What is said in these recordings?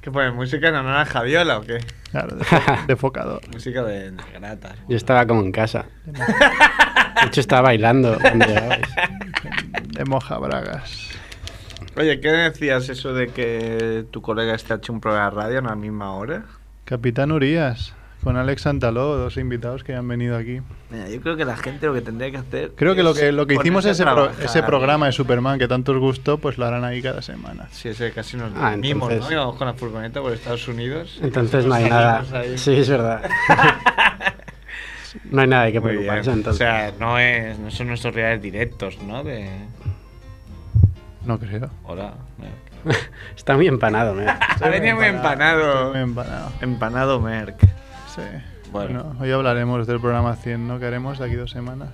¿Qué pones? ¿Música en honor a Javiola o qué? Claro, de, fo- de focador. Música de grata. Yo estaba como en casa. De hecho, estaba bailando cuando llegabais. De moja bragas. Oye, ¿qué decías eso de que tu colega esté hecho un programa de radio en la misma hora? Capitán Urias, con Alex Santaló, dos invitados que han venido aquí. Mira, yo creo que la gente lo que tendría que hacer. Creo que lo que, lo que ponerse hicimos a ese, pro- trabajar. ese programa de Superman que tanto os gustó, pues lo harán ahí cada semana. Sí, ese casi nos Ah, dormimos, entonces- ¿no? Íbamos con la furgoneta por Estados Unidos. Entonces no hay Nos nada. salimos ahí. Sí, es verdad. No hay nada de qué Muy bien. preocuparse O entonces. sea, no, es, no son nuestros reales directos, ¿no? De. No creo. Hola. Está muy empanado, mira. Ha venido muy empanado. Estoy muy empanado. Empanado Merck. Sí. Bueno. Bueno. hoy hablaremos del programa 100, ¿no? Que haremos de aquí dos semanas.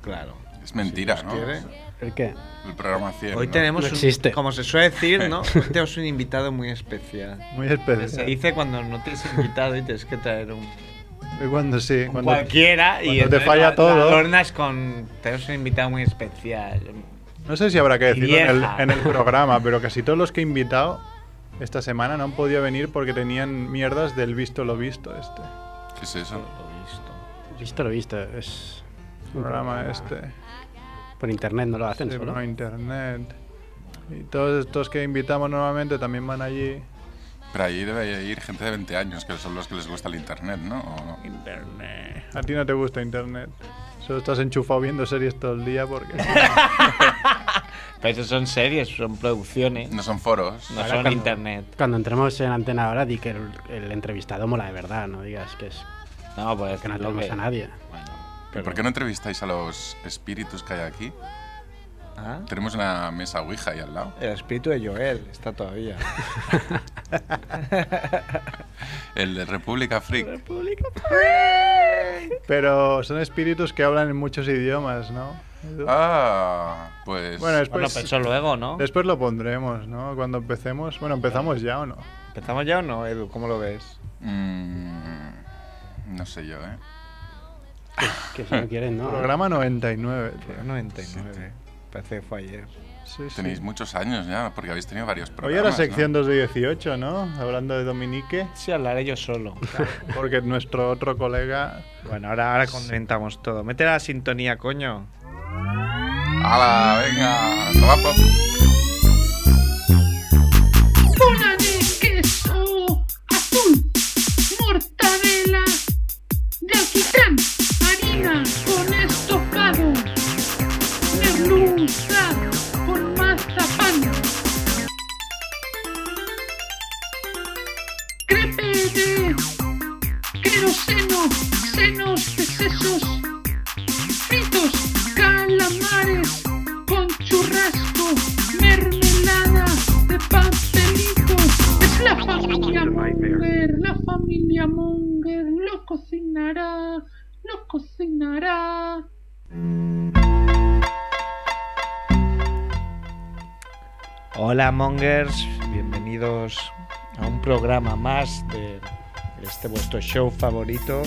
Claro. Es mentira, ¿no? ¿Quiere? ¿Por qué? El programa 100. Hoy ¿no? tenemos, No un- existe. como se suele decir, ¿no? Hoy tenemos un invitado muy especial. Muy Se especial. dice cuando no tienes invitado y tienes que traer un Y Eh, Cuando sí, un cuando... cualquiera y cuando te entonces falla la- todo. la adornas con tenemos un invitado muy especial. No sé si habrá que decirlo en el, Vieja. en el programa, pero casi todos los que he invitado esta semana no han podido venir porque tenían mierdas del visto lo visto este. ¿Qué es eso? Visto lo visto. Es un Programa este. Por internet no lo hacen Sí, solo. no, internet. Y todos estos que invitamos normalmente también van allí. Pero ahí debe ir gente de 20 años, que son los que les gusta el internet, ¿no? ¿O no? Internet. A ti no te gusta internet. Solo estás enchufado viendo series todo el día porque... Pero eso son series, son producciones, no, No son foros. son internet. Cuando entremos en antena ahora, di que el, el entrevistado mola de verdad, no digas que es No, pues que no lo tenemos que- a nadie. Bueno, ¿Y ¿Por qué no entrevistáis a los espíritus que hay aquí? ¿Ah? Tenemos una mesa Ouija ahí al lado. El espíritu de Joel está todavía. El de República Freak. Pero son espíritus que hablan en muchos idiomas, ¿no? Ah, pues. Bueno, Bueno, después, pero eso luego, ¿no? después lo pondremos, ¿no? Cuando empecemos. Bueno, empezamos ya o no. ¿Empezamos ya o no, Edu? ¿Cómo lo ves? mm, no sé yo, ¿eh? Que si no quieren, no. Programa 99, tío. 99. Parece que fue ayer. Sí, sí. Tenéis muchos años ya, porque habéis tenido varios Hoy programas. era ¿no? sección 218, ¿no? Hablando de Dominique, Sí, hablaré yo solo. porque nuestro otro colega... Bueno, ahora, ahora comentamos todo. Mete la sintonía, coño. ¡Hala! ¡Venga! ¡Toma pop! bola de queso azul, mortadela de alquitrán, harina con estofado, merluza con mazapán, crepe de queroseno, senos de sesos, fritos, calamares con churrasco, mermelada de pastelito. Es la familia Munger, la familia Munger lo cocinará, lo cocinará. Hola Mongers, bienvenidos a un programa más de este vuestro show favorito.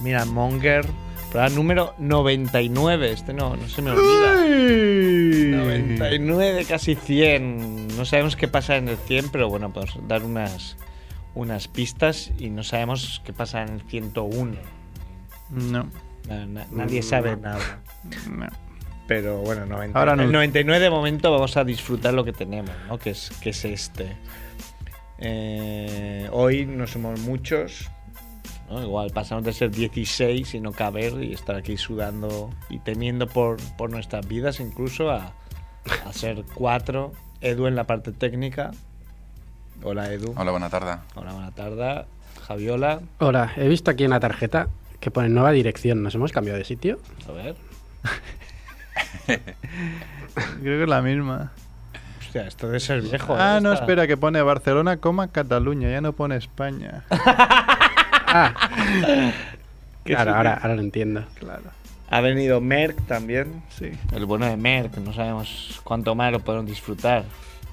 Mira, Monger, programa número 99, este no, no se me olvida. 99, casi 100. No sabemos qué pasa en el 100, pero bueno, pues dar unas, unas pistas y no sabemos qué pasa en el 101. No, Mm, Na- na- nadie sabe nada. no. Pero bueno, 90, Ahora no. el 99 de momento vamos a disfrutar lo que tenemos, ¿no? Que es, que es este. Eh, hoy no somos muchos. ¿no? Igual pasamos de ser 16 y no caber y estar aquí sudando y temiendo por, por nuestras vidas incluso a, a ser 4. Edu en la parte técnica. Hola Edu. Hola, buena tarde. Hola, buena tarde. Javiola. Ahora, he visto aquí en la tarjeta que pone nueva dirección. ¿Nos hemos cambiado de sitio? A ver. Creo que es la misma. Hostia, esto de ser viejo. ah, ¿eh? no, Esta- espera, que pone Barcelona, coma Cataluña, ya no pone España. Claro, ahora, ahora lo entiendo. claro, Ha venido Merck también. sí. El bueno de Merck, no sabemos cuánto más lo podemos disfrutar.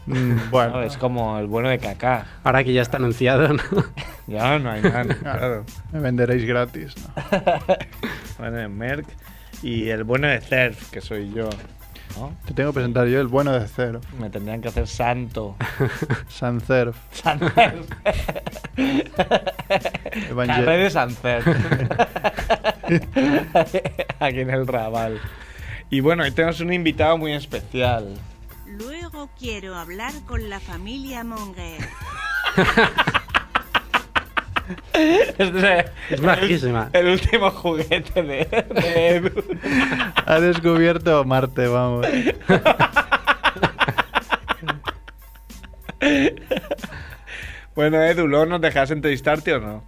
Mm, Bueno. bueno, Es como el bueno de Kaká. Ahora que ya está anunciado, ¿no? Ya no hay nada, Claro. claro. me venderéis gratis, ¿no? Bueno de Merck y el bueno de Cerf, que soy yo. ¿no? Te tengo que presentar yo el bueno de cero. Me tendrían que hacer santo. Sancerf. Sancer. Evangel- Carré de Sancer. Aquí en el Raval. Y bueno, hoy tenemos un invitado muy especial. Luego quiero hablar con la familia Monger. Este Es majísima. El último juguete de, de Edu. Ha descubierto Marte, vamos. Bueno, Edu, ¿luego nos dejas entrevistarte o no?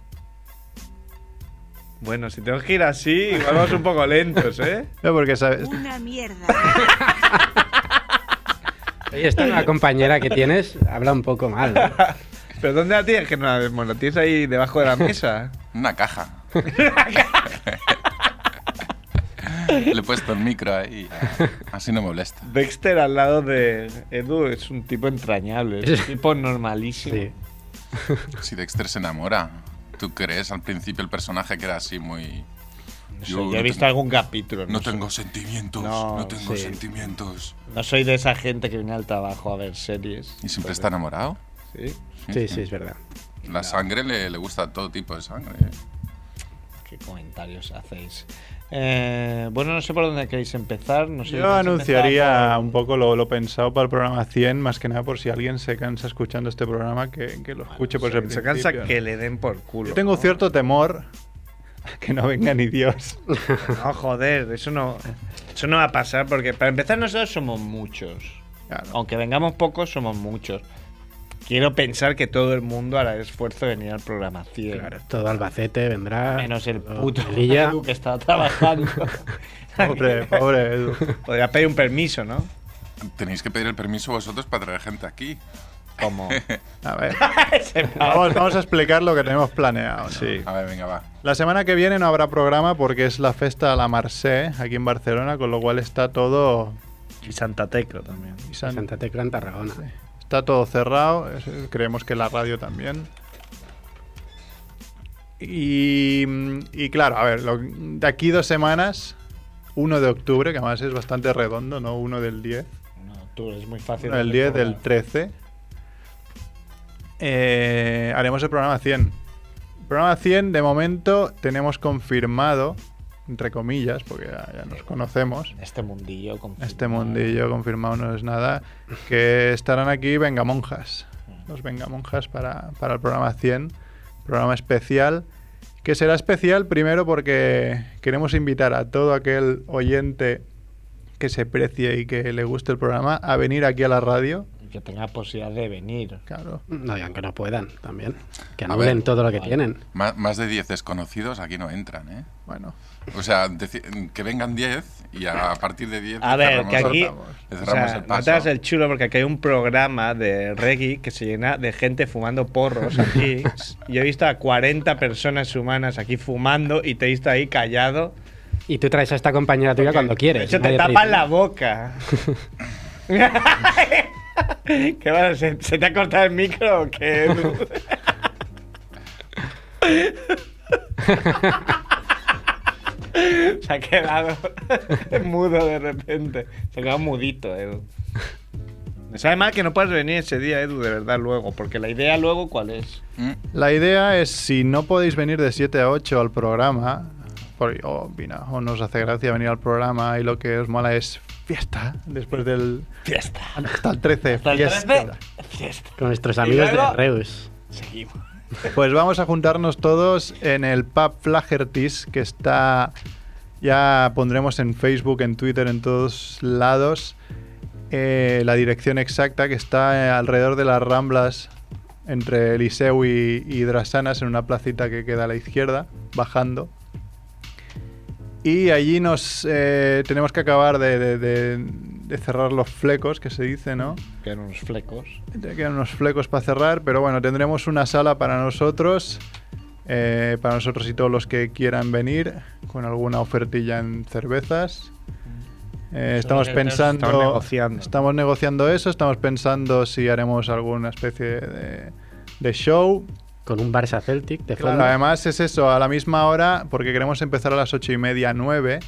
Bueno, si tenemos que ir así, igual vamos un poco lentos, ¿eh? No, porque sabes. Una mierda. Oye, esta nueva compañera que tienes habla un poco mal. ¿eh? ¿no? ¿Pero dónde la tienes? Que no la vemos, la tienes ahí debajo de la mesa. Una caja. Le he puesto el micro ahí. Así no molesta. Dexter al lado de Edu es un tipo entrañable, es un tipo normalísimo. Sí. Si Dexter se enamora, ¿tú crees al principio el personaje que era así muy. No sé, Yo yo no he visto tengo- algún capítulo. No sé. tengo sentimientos, No, no, tengo sí. sentimientos. No soy de esa gente que viene al trabajo a ver series. ¿Y siempre está enamorado? Sí. Sí, sí, es verdad. La sangre le, le gusta todo tipo de sangre. ¿eh? ¿Qué comentarios hacéis? Eh, bueno, no sé por dónde queréis empezar. No sé Yo ¿queréis anunciaría empezar por- un poco lo, lo pensado para el programa 100, más que nada por si alguien se cansa escuchando este programa, que, que lo escuche por el Se cansa principio, ¿no? que le den por culo. Yo tengo ¿no? cierto temor a que no venga ni Dios. No, joder, eso no, eso no va a pasar porque para empezar nosotros somos muchos. Claro. Aunque vengamos pocos, somos muchos. Quiero pensar que todo el mundo hará el esfuerzo de venir al programa 100. Claro, todo Albacete vendrá. Menos el Ah, todo puto Melilla. Edu que está trabajando. Pobre, pobre Edu. Podría pedir un permiso, ¿no? Tenéis que pedir el permiso vosotros para traer gente aquí. Como... A ver, Se va. vamos, vamos a explicar lo que tenemos planeado. ¿no? Sí. A ver, venga, va. La semana que viene no habrá programa porque es la festa de la Marseille aquí en Barcelona, con lo cual está todo Y Santa Tecla también. y san- Santa Tecla en Tarragona. está todo cerrado. es- Creemos que la radio también. Y, y claro, a ver, lo- de aquí dos semanas, 1 de octubre, que además es bastante redondo, ¿no? 1 del 10. No, tú es muy fácil. Bueno, el 10 del 13. Eh, haremos el programa 100. Programa 100, de momento, tenemos confirmado, entre comillas, porque ya, ya nos conocemos, Este mundillo. con- este mundillo confirmado no es nada, que estarán aquí Vengamonjas. Los Vengamonjas para, para el programa 100, programa especial, que será especial primero porque queremos invitar a todo aquel oyente que se precie y que le guste el programa a venir aquí a la radio. Que tenga posibilidad de venir. Claro. No digan que no puedan también. Que A anulen ver. todo lo que Vale. tienen. Má- más de 10 desconocidos aquí no entran, ¿eh? Bueno, O sea, deci- que vengan 10 y a partir de 10 A le ver, cerramos que el- aquí. le O cerramos sea, el no paso. te hagas el chulo porque aquí hay un programa de reggae que se llena de gente fumando porros aquí. Yo he visto a 40 personas humanas aquí fumando y te he visto ahí callado. Y tú traes a esta compañera tuya cuando quieres. De hecho, te nadie dice tapan la nada. boca. ¿Qué bueno, ¿se, se te ha cortado el micro o qué? Edu? se ha quedado mudo de repente. Se ha quedado mudito, Edu. Me sabe mal que no puedas venir ese día, Edu, de verdad, luego. Porque la idea luego, ¿cuál es? Mm, la idea es si no podéis venir de 7 a 8 al programa, por- o, mira, o nos hace gracia venir al programa y lo que os mola es fiesta, después del... Fiesta. Hasta el 13, Hasta el Este, fiesta. 13, fiesta. Con nuestros amigos Y luego- de Reus. Seguimos. Pues vamos a juntarnos todos en el pub Flahertis, que está. Ya pondremos en Facebook, en Twitter, en todos lados. eh, la dirección exacta que está eh, alrededor de las Ramblas entre Eliseu y, y Drasanas, en una placita que queda a la izquierda, bajando. Y allí nos eh, tenemos que acabar de, de- de- de cerrar los flecos, que se dice, ¿no? Quedan unos flecos. Te quedan unos flecos para cerrar, pero bueno, tendremos una sala para nosotros, eh, para nosotros y todos los que quieran venir, con alguna ofertilla en cervezas. Eh, estamos que pensando, estamos negociando. estamos negociando eso, estamos pensando si haremos alguna especie de, de show. Con un Barça Celtic de Claro, fondo. además es eso, a la misma hora, porque queremos empezar a las ocho y media, nueve.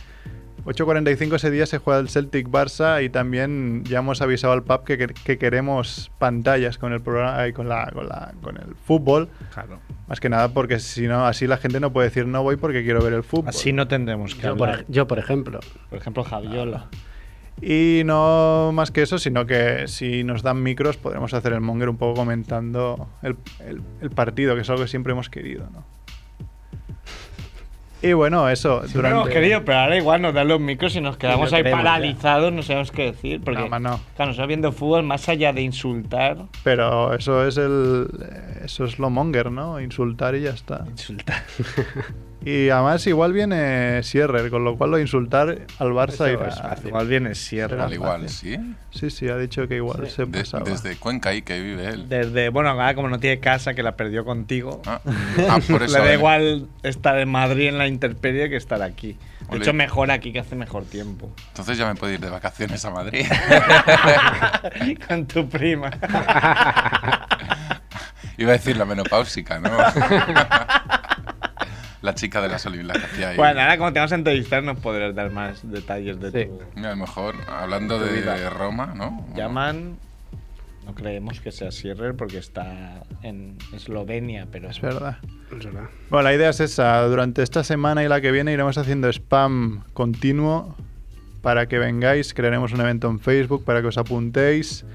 8.45 ese día se juega el Celtic Barça y también ya hemos avisado al pub que, que- que queremos pantallas con el programa y con, la, con, la- con el fútbol. Claro. Más que nada porque si no, así la gente no puede decir no voy porque quiero ver el fútbol. Así no tendremos que Yo por, hablar. ej- yo, por ejemplo. Por ejemplo, Javiola. Y no más que eso, sino que si nos dan micros podremos hacer el monger un poco comentando el, el- el partido, que es algo que siempre hemos querido, ¿no? Y bueno, eso, No hemos durante... querido, pero ahora igual nos dan los micros y nos quedamos lo ahí queremos, paralizados, no sabemos qué decir. Porque, No, más no. claro, nosotros viendo fútbol, más allá de insultar, Pero eso es el... Eso es lo monger, ¿no? Insultar y ya está. insultar. Y además igual viene Sierrer, con lo cual lo de insultar al Barça Eso irá- es Ah, fácil. Igual viene Será Sierra. Al igual, fácil. sí. Sí, sí, ha dicho que igual se De- Pues pasaba. desde Cuenca ahí que vive él. Desde, bueno, ah, ahora como no tiene casa, que la perdió contigo, Ah, ah, por eso. Le da él. igual estar en Madrid en la intemperie que estar aquí. De Ole. hecho, mejor aquí que hace mejor tiempo. Entonces ya me puedo ir de vacaciones a Madrid. Con tu prima. Iba a decir la menopáusica, ¿no? la chica de las olimpíadas que hacía ahí. Bueno, ahora como te vamos a entrevistar, nos podrás dar más detalles de Sí. tu. Mira, a lo mejor, hablando Tu de, vida. Roma, ¿no? Llaman. No creemos que sea Sierrer porque está en Eslovenia, pero Es verdad. Es verdad. Bueno, la idea es esa. Durante esta semana y la que viene iremos haciendo spam continuo para que vengáis. Crearemos un evento en Facebook para que os apuntéis.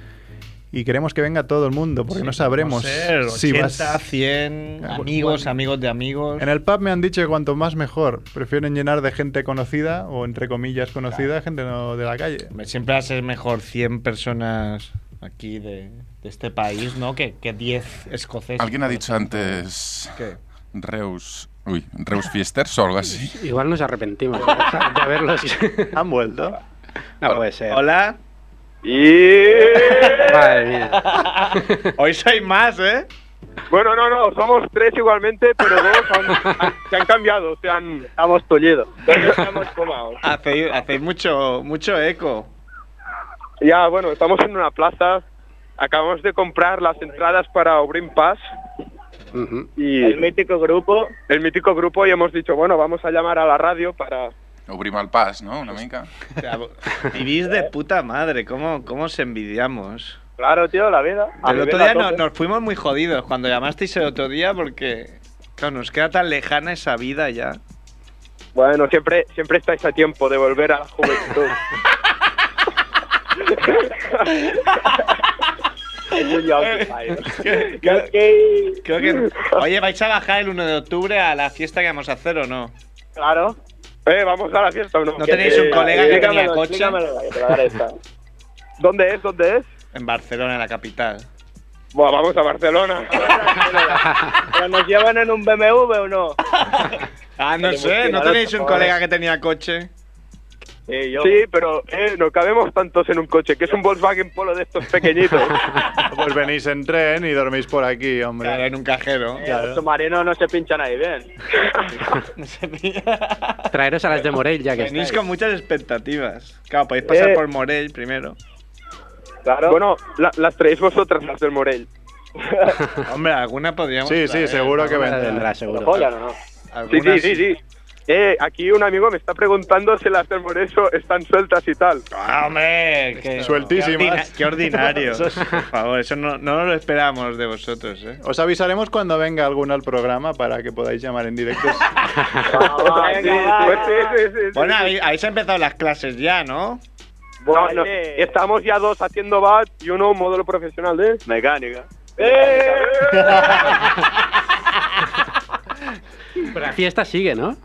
Y queremos que venga todo el mundo, porque no sabremos no sé, 80, si vas. 100, Ah, amigos, amigos de amigos. En el pub me han dicho que cuanto más mejor. Prefieren llenar de gente conocida o entre comillas conocida, gente no de la calle. Hombre, Siempre va a ser mejor 100 personas aquí de, de este país, ¿no? Que, que 10 escoceses. Alguien ha por dicho ejemplo. antes ¿Qué? Reus... Uy, Reus Fiesters o algo así. Igual nos arrepentimos de haberlos. Han vuelto. No puede ser. Hola. Madre mía. Hoy soy más, ¿eh? Bueno, no, no, somos tres igualmente, pero dos han- han- se han cambiado, se han... Hemos tullido. Estamos tomados. Hacéis, hacéis mucho, mucho eco. Ya, bueno, estamos en una plaza, acabamos de comprar las entradas para Obrin Pass Ujú. y... El mítico grupo. El mítico grupo y hemos dicho, bueno, vamos a llamar a la radio para... Obrim al Pas, ¿no? Una mica. O sea, vivís ¿Eh? de puta madre, ¿cómo, cómo os envidiamos? Claro, tío, la vida. El otro día no- nos fuimos muy jodidos cuando llamasteis el otro día porque claro, nos queda tan lejana esa vida ya. Bueno, siempre, siempre estáis a tiempo de volver a la juventud. creo, creo que... Oye, ¿vais a bajar el 1 de octubre a la fiesta que vamos a hacer o no? Claro. Eh, vamos a la fiesta o no. Eh, ¿No tenéis un colega que tenía coche? ¿Dónde es? ¿Dónde es? En Barcelona, en la capital. Buah, vamos a Barcelona. ¿Pero nos llevan en un BMW o no? Ah, no Tenemos sé, que ir ¿no a tenéis otro, un por favor. colega que tenía coche? Sí, pero eh, no cabemos tantos en un coche, que es un Volkswagen Polo de estos pequeñitos. Pues venís en tren y dormís por aquí, hombre. Eh, Claro, en un cajero. Los submarinos Eh, no se pinchan ahí bien. Traeros a las de Morell ya que Venís estáis. con muchas expectativas. Claro, podéis pasar Eh. por Morell primero. Claro. Bueno, la- las traéis vosotras, las del Morel. Hombre, alguna podríamos. Sí, sí, traer, seguro que alguna- Ahora vendrá. vendrá, seguro. no? Sí, alguna sí, sí, sí. Eh, aquí un amigo me está preguntando si las del Moreso están sueltas y tal. Ah, hombre, qué, Sueltísimas. Qué, ordina- qué ordinario. Por favor, eso no, no lo esperábamos de vosotros, ¿eh? Os avisaremos cuando venga alguno al programa para que podáis llamar en directo. Ah, Sí, pues sí, sí, sí, sí. Bueno, habéis, habéis empezado las clases ya, ¿no? No, no, Estamos ya dos haciendo bat y uno un módulo profesional ¿eh? de mecánica. Pero la fiesta sigue, ¿no?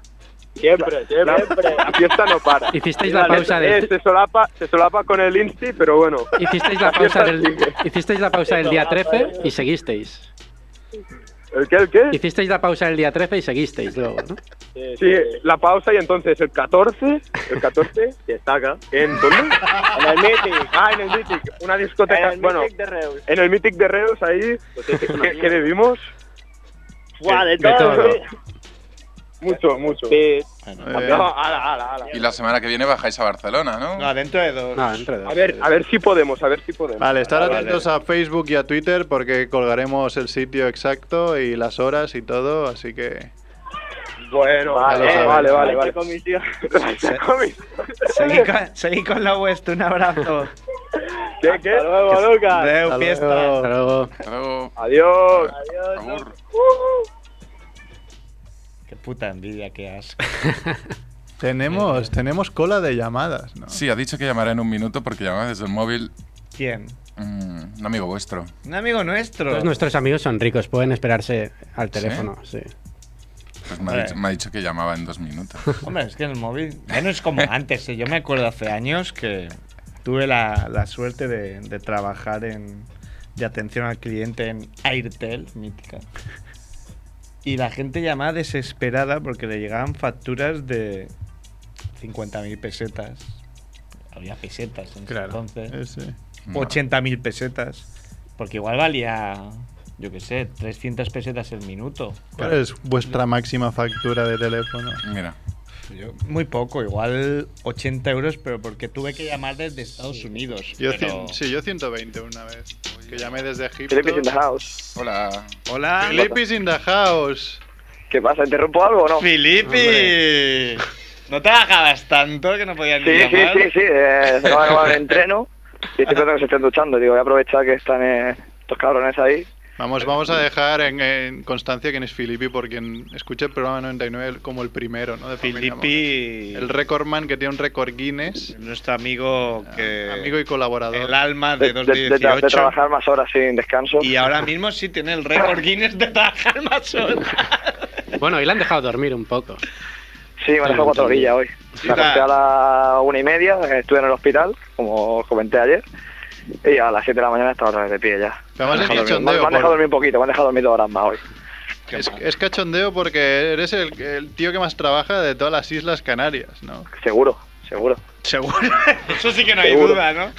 Siempre, siempre. La fiesta no para. Hicisteis la pausa Eh, del, se, solapa, se solapa con el Insti, pero bueno. hicisteis la pausa del, hicisteis la pausa del día 13 y seguisteis. ¿El qué, el qué? Hicisteis la pausa del día 13 y seguisteis luego, ¿no? Sí, la pausa y entonces el 14, el 14 se saca. ¿En dónde? En el Mythic. Ah, en el Mythic. Una discoteca, bueno. En el Mythic de Reus, ahí. ¿Qué, qué bebimos? de todo, todo. sí. Mucho, mucho. eh, No, ala, ala, ala. Y la semana que viene bajáis a Barcelona, No, ¿no? dentro de Ah, dos. No, entre dos. A ver, a ver si podemos, a ver si podemos. Vale, estar atentos a Facebook y a Twitter porque colgaremos el sitio exacto y las horas y todo, así que Bueno, Vale, vale, vale, vale. alta vale. comisión. Alta comisión. Seguí con, seguí con lo vuestro, un abrazo. ¿Qué, qué? Hasta luego, Lucas. Adeu, fiesta. Hasta luego. Hasta luego. Adiós. Adiós. Abur. Qué puta envidia que has. Tenemos, tenemos cola de llamadas, ¿no? Sí, ha dicho que llamará en un minuto porque llamaba desde el móvil ¿Quién? mm, un amigo vuestro. Un amigo nuestro. ¿Eh? Todos nuestros amigos son ricos, pueden esperarse al teléfono, sí. Pues me, ha Vale. dicho, me ha dicho que llamaba en dos minutos. Hombre, es que el móvil ya no es como antes. ¿eh? Yo me acuerdo hace años que Tuve la, la suerte de, de trabajar en de atención al cliente en Airtel, mítica. Y la gente llamaba desesperada porque le llegaban facturas de 50.000 pesetas, había pesetas en ese Claro. entonces. Eh, sí. 80.000 pesetas. Porque igual valía, yo qué sé, 300 pesetas el minuto. ¿Cuál es vuestra máxima factura de teléfono? Mira, Yo- Muy poco, igual 80 euros, pero porque tuve que llamar desde Estados Unidos. Yo pero- cien- sí, yo 120 una vez. Que llamé desde Egipto. Felipe in the house. hola. Hola, Filipis in the house. ¿Qué pasa? ¿Interrumpo algo o no? Filipe. No trabajabas tanto que no podías ni Sí, sí, llamar. sí, sí. Eh, se acaba de acabar el entreno y estoy pensando que se estén duchando. Digo, voy a aprovechar que están eh, estos cabrones ahí. Vamos, vamos a dejar en, en constancia quién es Filipi, por quien escuché el programa 99 como el primero, ¿no? De Familia Filipe, Monger. El recordman que tiene un récord Guinness, Ah, nuestro amigo que amigo y el colaborador. alma de de, de- de tra- de 2018 trabajar más horas sin descanso. y ahora mismo sí tiene el récord Guinness de trabajar más horas. Bueno, hoy la han dejado dormir un poco. Sí, me han dejado cuatro orillas hoy. Me Mira. acosté a las una y media, eh, estuve en el hospital, como os comenté ayer, y a las siete de la mañana estaba otra vez de pie ya. Pero además me, es han dejado dormir- cachondeo, me han dejado por- dormir un poquito, me han dejado dormir dos horas más hoy. Es, es cachondeo porque eres el, el tío que más trabaja de todas las Islas Canarias, ¿no? Seguro, seguro, Seguro. Eso sí que no hay Seguro. duda, ¿no?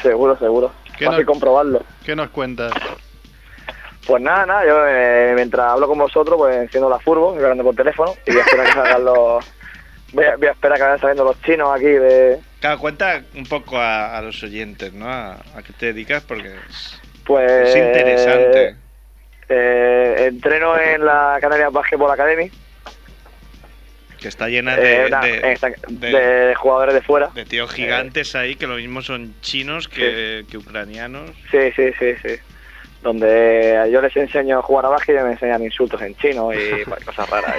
seguro, seguro. ¿Qué no- Fácil comprobarlo. ¿Qué nos cuentas? Pues nada, nada, yo eh, mientras hablo con vosotros, pues enciendo la furbo, estoy hablando por teléfono, y voy a esperar que salgan los... Voy a, voy a esperar que vayan saliendo los chinos aquí de... Claro, cuenta un poco a, a los oyentes, ¿no? A, a qué te dedicas porque es, Pues... es interesante. eh, entreno en la Canarias Basketball Academy, Que está llena eh, Ah, de, una- de- en esta- de- de Eh. jugadores de fuera. de tíos gigantes ahí que lo mismo son chinos que, que ucranianos. Sí, sí, sí, sí. Donde yo les enseño a jugar a básquet y me enseñan insultos en chino y pues, cosas raras.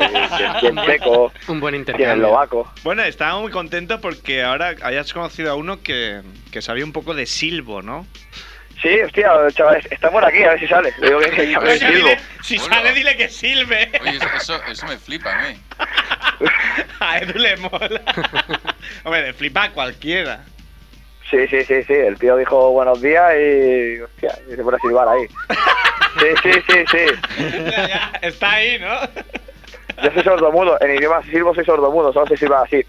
Y, y en checo, Un buen y en intercambio. eslovaco. Bueno, estaba muy contento porque ahora hayas conocido a uno que, que sabía un poco de silbo, ¿no? Sí, hostia, chavales, está por aquí, a ver si sale. Le digo que- que- que- Oye, que- dile- si Hola. sale, dile que silbe. Oye, eso, eso me flipa a mí. A Edu le mola. Hombre, le flipa a cualquiera. Sí, sí, sí, sí. El tío dijo buenos días y, hostia, y se pone a silbar ahí. Sí, sí, sí, sí. está ahí, ¿no? Yo soy sordomudo. En idioma silbo soy sordomudo, solo se silba así.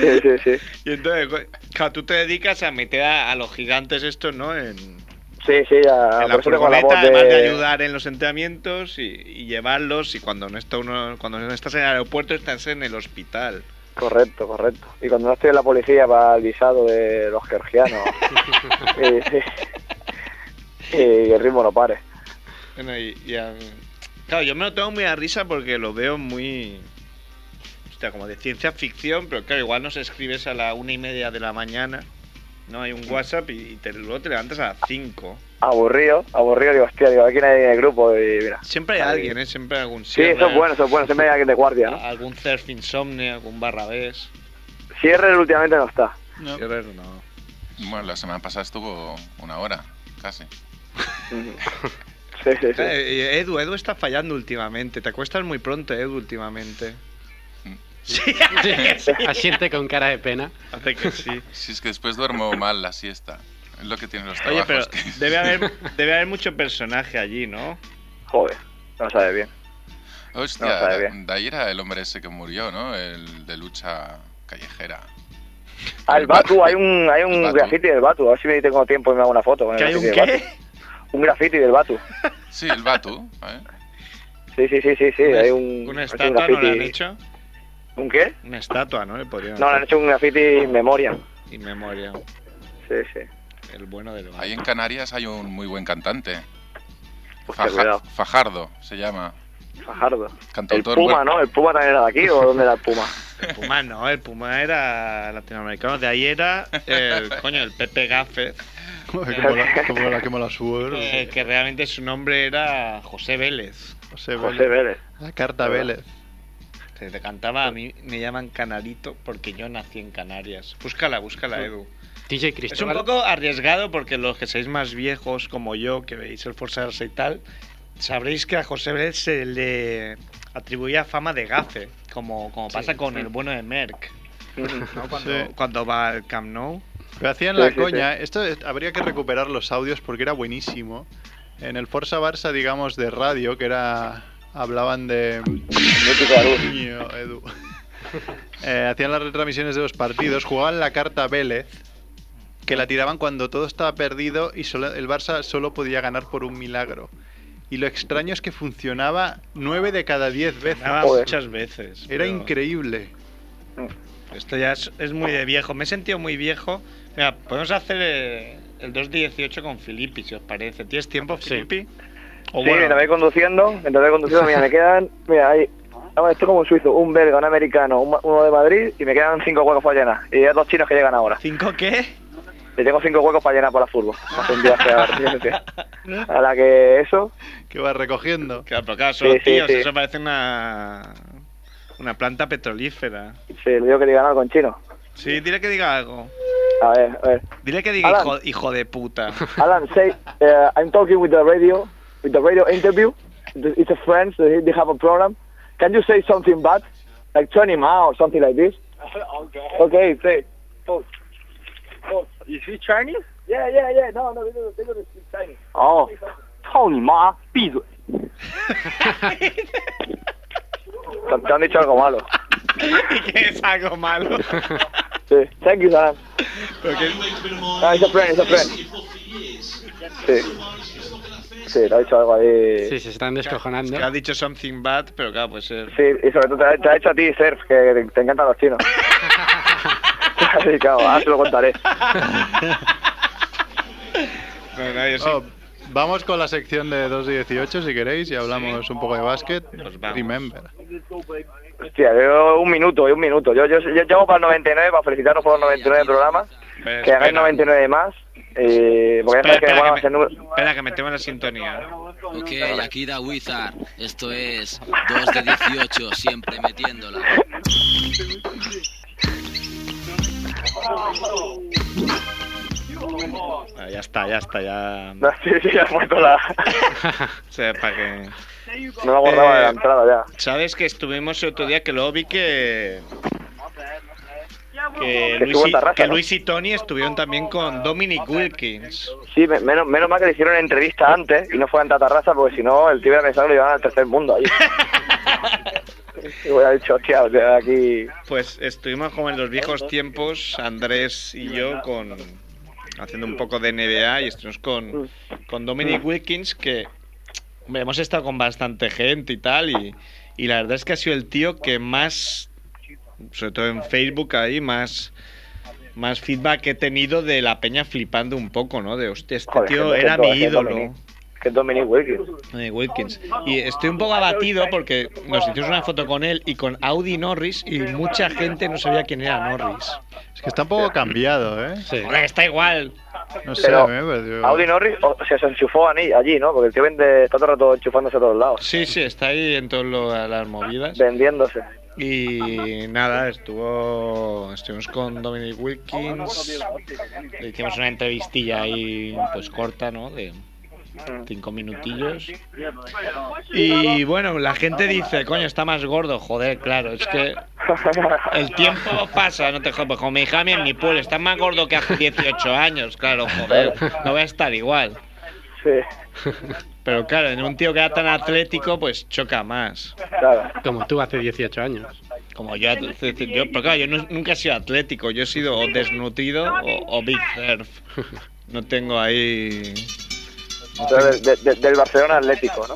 Sí, sí, sí. Y entonces, cu- claro, tú te dedicas a meter a, a los gigantes estos, ¿no? En, Sí, sí, ya. en por la Ah, pues eso tengo furgoneta, la voz además de ayudar en los entrenamientos y, y llevarlos. Y cuando no, está uno, cuando no estás en el aeropuerto, estás en el hospital. Correcto, correcto. Y cuando no estoy en la policía para el visado de los georgianos. y, y el ritmo no pare. Bueno, y, y a- Claro, yo me lo tengo muy a risa porque lo veo muy. Hostia, como de ciencia ficción, pero claro, igual nos escribes a la una y media de la mañana. No hay un WhatsApp y, y te, luego te levantas a las 5. Aburrido, aburrido, digo, hostia, digo, aquí nadie en el grupo y mira. Siempre hay Ahí. alguien, ¿eh? Siempre hay algún Sí, eso es bueno, eso es bueno, siempre hay alguien de guardia, ¿no? Algún surf insomnio, algún barrabés. Cierre últimamente no está. No. Cierre, no. Bueno, la semana pasada estuvo una hora, casi. Sí, sí, sí. Claro, eh, Edu, Edu está fallando últimamente. Te acuestas muy pronto, Edu, últimamente. Sí, hace que sí. Asiente con cara de pena. Hace que sí. Si es que después duermo mal la siesta. Es lo que tienen los Oye, trabajos. pero que- debe haber, debe haber mucho personaje allí, ¿no? Joder, no sabe bien. no, Hostia, está Da- bien. Daira, el hombre ese que murió, ¿no? El de lucha callejera. Ah, el Batu, hay un, hay El un Batu. graffiti del Batu, a ver si me tengo tiempo y me hago una foto. con el ¿Que hay un graffiti del qué? Batu. Un graffiti del Batu. Sí, el Batu. ¿eh? Sí, sí, sí, sí, sí, Una- hay un. ¿Una es un estatua no le han graffiti- hecho? ¿Un qué? Una estatua, ¿no? Le podrían No, le han hacer. hecho un graffiti in memoria. Y memoria. Sí, sí. El bueno del Ahí valle. en Canarias hay un muy buen cantante. Hostia, Faja- Pues cuidado. Fajardo se llama. Fajardo. El Cantautor. Puma, huer- ¿no? El Puma también era de aquí, ¿o dónde era el Puma? El Puma no, el Puma era latinoamericano. De ahí era el coño, el Pepe Gaffer. como la, como la que me la subo, ¿no? eh, que realmente su nombre era José Vélez. José José Vélez. La carta Vélez. Que te cantaba, a mí me llaman Canarito porque yo nací en Canarias. Búscala, búscala, Edu. DJ Es un Cristóbal. poco arriesgado porque los que sois más viejos como yo, que veis el Forza y tal, sabréis que a José Vélez se le atribuía fama de gafe, como, como pasa con el bueno de Merck, ¿no? cuando, Sí. cuando va al Camp Nou. Pero hacían Sí, la sí, sí. coña. Esto es- habría que recuperar los audios porque era buenísimo. En el Forza Barça, digamos, de radio, que era. Hablaban de. Mítico Arús. Coño, Edu. Eh, hacían las retransmisiones de los partidos, jugaban la carta Vélez, que la tiraban cuando todo estaba perdido y solo- el Barça solo podía ganar por un milagro. Y lo extraño es que funcionaba 9 de cada 10 veces. Ganaba Joder. muchas veces. Era pero increíble. Esto ya es, es muy de viejo. Me he sentido muy viejo. Mira, podemos hacer eh, el 2.18 con Filippi, si os parece. ¿Tienes tiempo, Sí. Filippi? O sí, mientras voy conduciendo, mientras voy conduciendo, mira, me quedan, mira, ahí, Ah, vamos, estoy como un suizo, un belga, un americano, un ma- uno de Madrid y me quedan cinco huecos para llenar. Y hay dos chinos que llegan ahora. ¿Cinco qué? Y tengo cinco huecos para llenar para la furgo. Hace un viaje a A la que eso, Que va recogiendo. Claro, pero claro, son Sí, sí, tíos, sí. eso parece una una planta petrolífera. sí, le digo que digan algo en chino. Sí, dile que diga algo. A ver, a ver. Dile que diga Alan. hijo, hijo de puta. Alan, say, uh, I'm talking with the radio, with the radio interview. It's a friend, so they have a program. Can you say something bad? Like turn him out, something like this? okay. Okay, say. Oh. Oh. You speak Chinese? Yeah, yeah, yeah. No, no, they don't, they don't speak Chinese. Oh. 操你妈！闭嘴！Te, te han dicho algo malo. y que es algo malo. Sí. Thank you, Alan. Porque Ah, it's a friend, it's a friend. Sí. Sí, te ha dicho algo ahí. Sí, se están es descojonando. que ha dicho something bad, pero claro, pues eh, Sí, y sobre todo te ha, te ha hecho a ti, Serf, que te, te encantan los chinos. Así que ahora te lo contaré. no, no, yo sí. Oh, vamos con la sección de 2 y 18 si queréis y hablamos un poco de básquet. Pues vamos. Remember. Hostia, yo un minuto, y un minuto. Yo, yo, yo llamo para el 99, para felicitaros por los 99 programas. Espera, Que hagáis espera. 99 más. Y, porque Espera, ya sabéis que espera, me van a que hacer me- números. espera, que me tengo en la sintonía. Ok, aquí da Wizard. Esto es 2 de 18, siempre metiéndola. Ah, ya está, ya está, ya. No, sí, sí, ya has puesto la. O sea, para que. No me acordaba de la Eh, entrada ya. Sabes que estuvimos el otro día que luego vi que. Que Que Luis, estuvo y, en Tarrasa, que ¿no? Luis y Tony estuvieron también con Dominic Wilkins. Sí, me- menos, menos mal que le hicieron entrevista antes y no fueron a Tarrasa, porque si no, el tío hubiera pensado que lo llevaban al tercer mundo ahí. y hubiera dicho, hostia, o sea, aquí. Pues estuvimos como en los viejos tiempos, Andrés y yo, con haciendo un poco de NBA y estuvimos con, con Dominic Wilkins, que hombre, hemos estado con bastante gente y tal, y, y la verdad es que ha sido el tío que más, sobre todo en Facebook ahí, más más feedback he tenido de la peña flipando un poco, ¿no? De hostia, este Joder, tío gente, era todo, mi gente, ídolo. Dominic. que es Dominic Wilkins. Eh, Wilkins. Y estoy un poco abatido porque nos hicimos una foto con él y con Audi Norris y mucha gente no sabía quién era Norris. Es que está un poco cambiado, ¿eh? Sí. Joder, está igual. No sé, Pero a mí me pareció- Audi Norris, o o sea, se enchufó allí, allí, ¿no? Porque el tío vende, está todo el rato enchufándose a todos lados, Sí, sí, está ahí en todas lo- las movidas. vendiéndose. Y nada, estuvo. Estuvimos con Dominic Wilkins. Le hicimos una entrevistilla ahí, pues corta, ¿no? De cinco minutillos. Eh, Y bueno, la gente dice, coño, está más gordo. Joder, claro, es que El tiempo pasa, no te jodas. Como mi hija en mi pueblo, está más gordo que hace 18 años, claro, joder. No va a estar igual. sí, Pero claro, en un tío que era tan atlético, pues choca más. claro. Como tú hace 18 años. Como yo, es decir, yo pero claro, yo nu- nunca he sido atlético, yo he sido o desnutrido o, o big surf. No tengo ahí Entonces, de- de- del Barcelona Atlético, ¿no?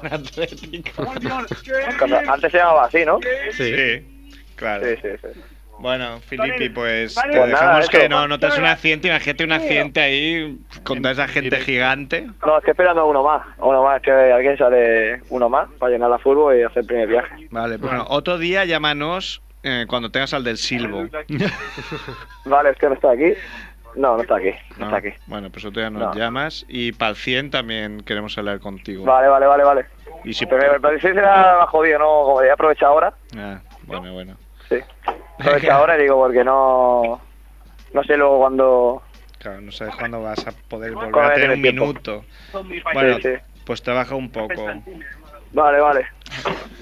un atlético. Cosa- Antes se llamaba así, ¿no? Sí. Sí, claro. Sí, sí, sí. Bueno, Filippi, pues vale. te Pues nada, dejamos eso. que no notas un accidente, imagínate un accidente ahí con toda esa gente gigante. No, es que esperando a uno más. a Uno más, que alguien sale uno más para llenar la furgo y hacer el primer viaje. Vale, pues, bueno, otro día llámanos eh, cuando tengas al del silbo. Vale, es que no está aquí. No, no está aquí. No, está aquí. Bueno, pues otro día nos No. llamas y para el 100 también queremos hablar contigo. Vale, vale, vale, vale. Y si Pero me parece que será jodido, ¿no? Como ya aprovecha ahora. Ah, bueno, bueno. Aprovecha Pues ahora, digo, porque no... No sé luego cuando... Claro, no sabes cuándo vas a poder Cuando volver a tener tienes un tiempo. minuto. Bueno, Bueno, sí. pues trabaja un poco. Vale, vale.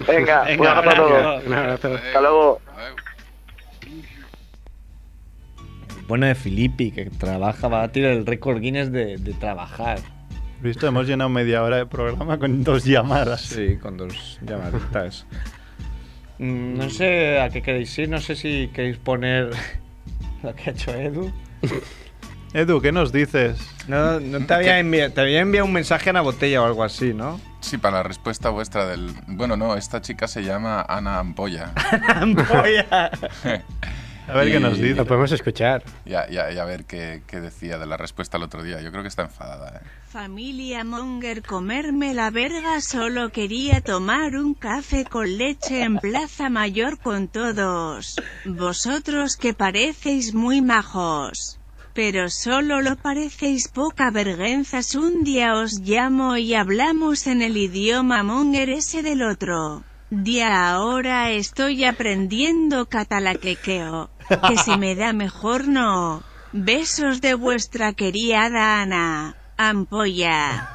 Venga, Venga, un abrazo a todos. gracias. Un abrazo. Hasta luego. Bueno, de Filippi, que trabaja, va a tirar el récord Guinness de, de trabajar. Visto, hemos llenado media hora de programa con dos llamadas. Sí, con dos llamaditas. Mm, No sé a qué queréis ir, no sé si queréis poner lo que ha hecho Edu. Edu, ¿qué nos dices? No, no te, había enviado, te había enviado un mensaje a una botella o algo así, ¿no? Sí, para la respuesta vuestra del... Bueno, no, esta chica se llama Ana Ampolla. A ver qué nos Y- dice. Lo podemos escuchar. Y a, y a- y a ver qué, qué decía de la respuesta el otro día. Yo creo que está enfadada. ¿eh? Familia Monger comerme la verga solo quería tomar un café con leche en Plaza Mayor con todos. Vosotros que parecéis muy majos. Pero solo lo parecéis poca vergüenzas un día os llamo y hablamos en el idioma Monger ese del otro. Día ahora estoy aprendiendo catalaquequeo. Que si me da mejor no. Besos de vuestra querida Ana. Ampolla.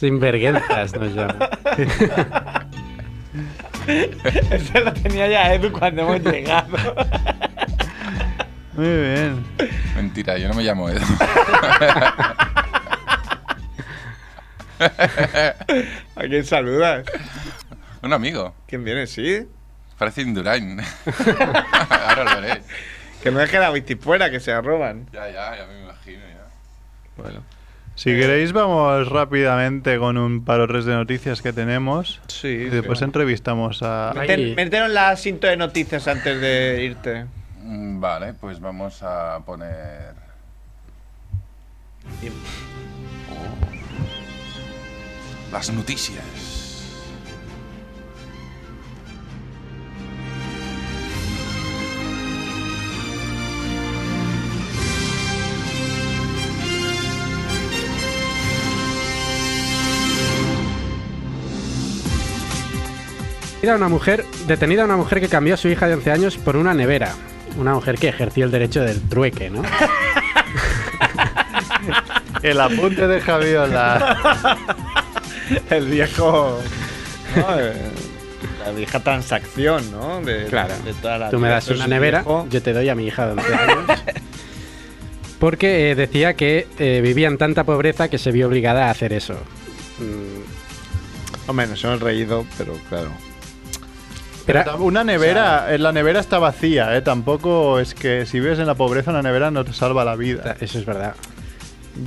Sin vergüenzas nos llama. Eso lo tenía ya Edu cuando hemos llegado. Muy bien. Mentira, yo no me llamo Edu. ¿A quién saludas? Un amigo. ¿Quién viene? ¿Sí? Parece Indurain. Ahora lo veréis. Que no deje la Witty fuera, que se arroban. Ya, ya, ya me imagino. Ya. Bueno. Si Eh. queréis, vamos rápidamente con un par o tres de noticias que tenemos. Sí. Y después entrevistamos a. Meten, metieron la cinta de noticias antes de irte. Mm, Vale, pues vamos a poner... Oh. Las noticias. Detenida una mujer, detenida una mujer que cambió a su hija de 11 años por una nevera. Una mujer que ejerció el derecho del trueque, ¿no? El apunte de Javiola. El viejo. ¿no? Eh, La vieja transacción, ¿no? De, Claro. de toda la Tú me vida. das Entonces, una nevera, viejo- yo te doy a mi hija de 11 años. Porque eh, decía que eh, vivía en tanta pobreza que se vio obligada a hacer eso. Hombre, nos hemos reído, pero claro. Pero tam- una nevera, eh, la nevera está vacía, ¿eh? Tampoco es que si vives en la pobreza, una nevera no te salva la vida. Eso es verdad.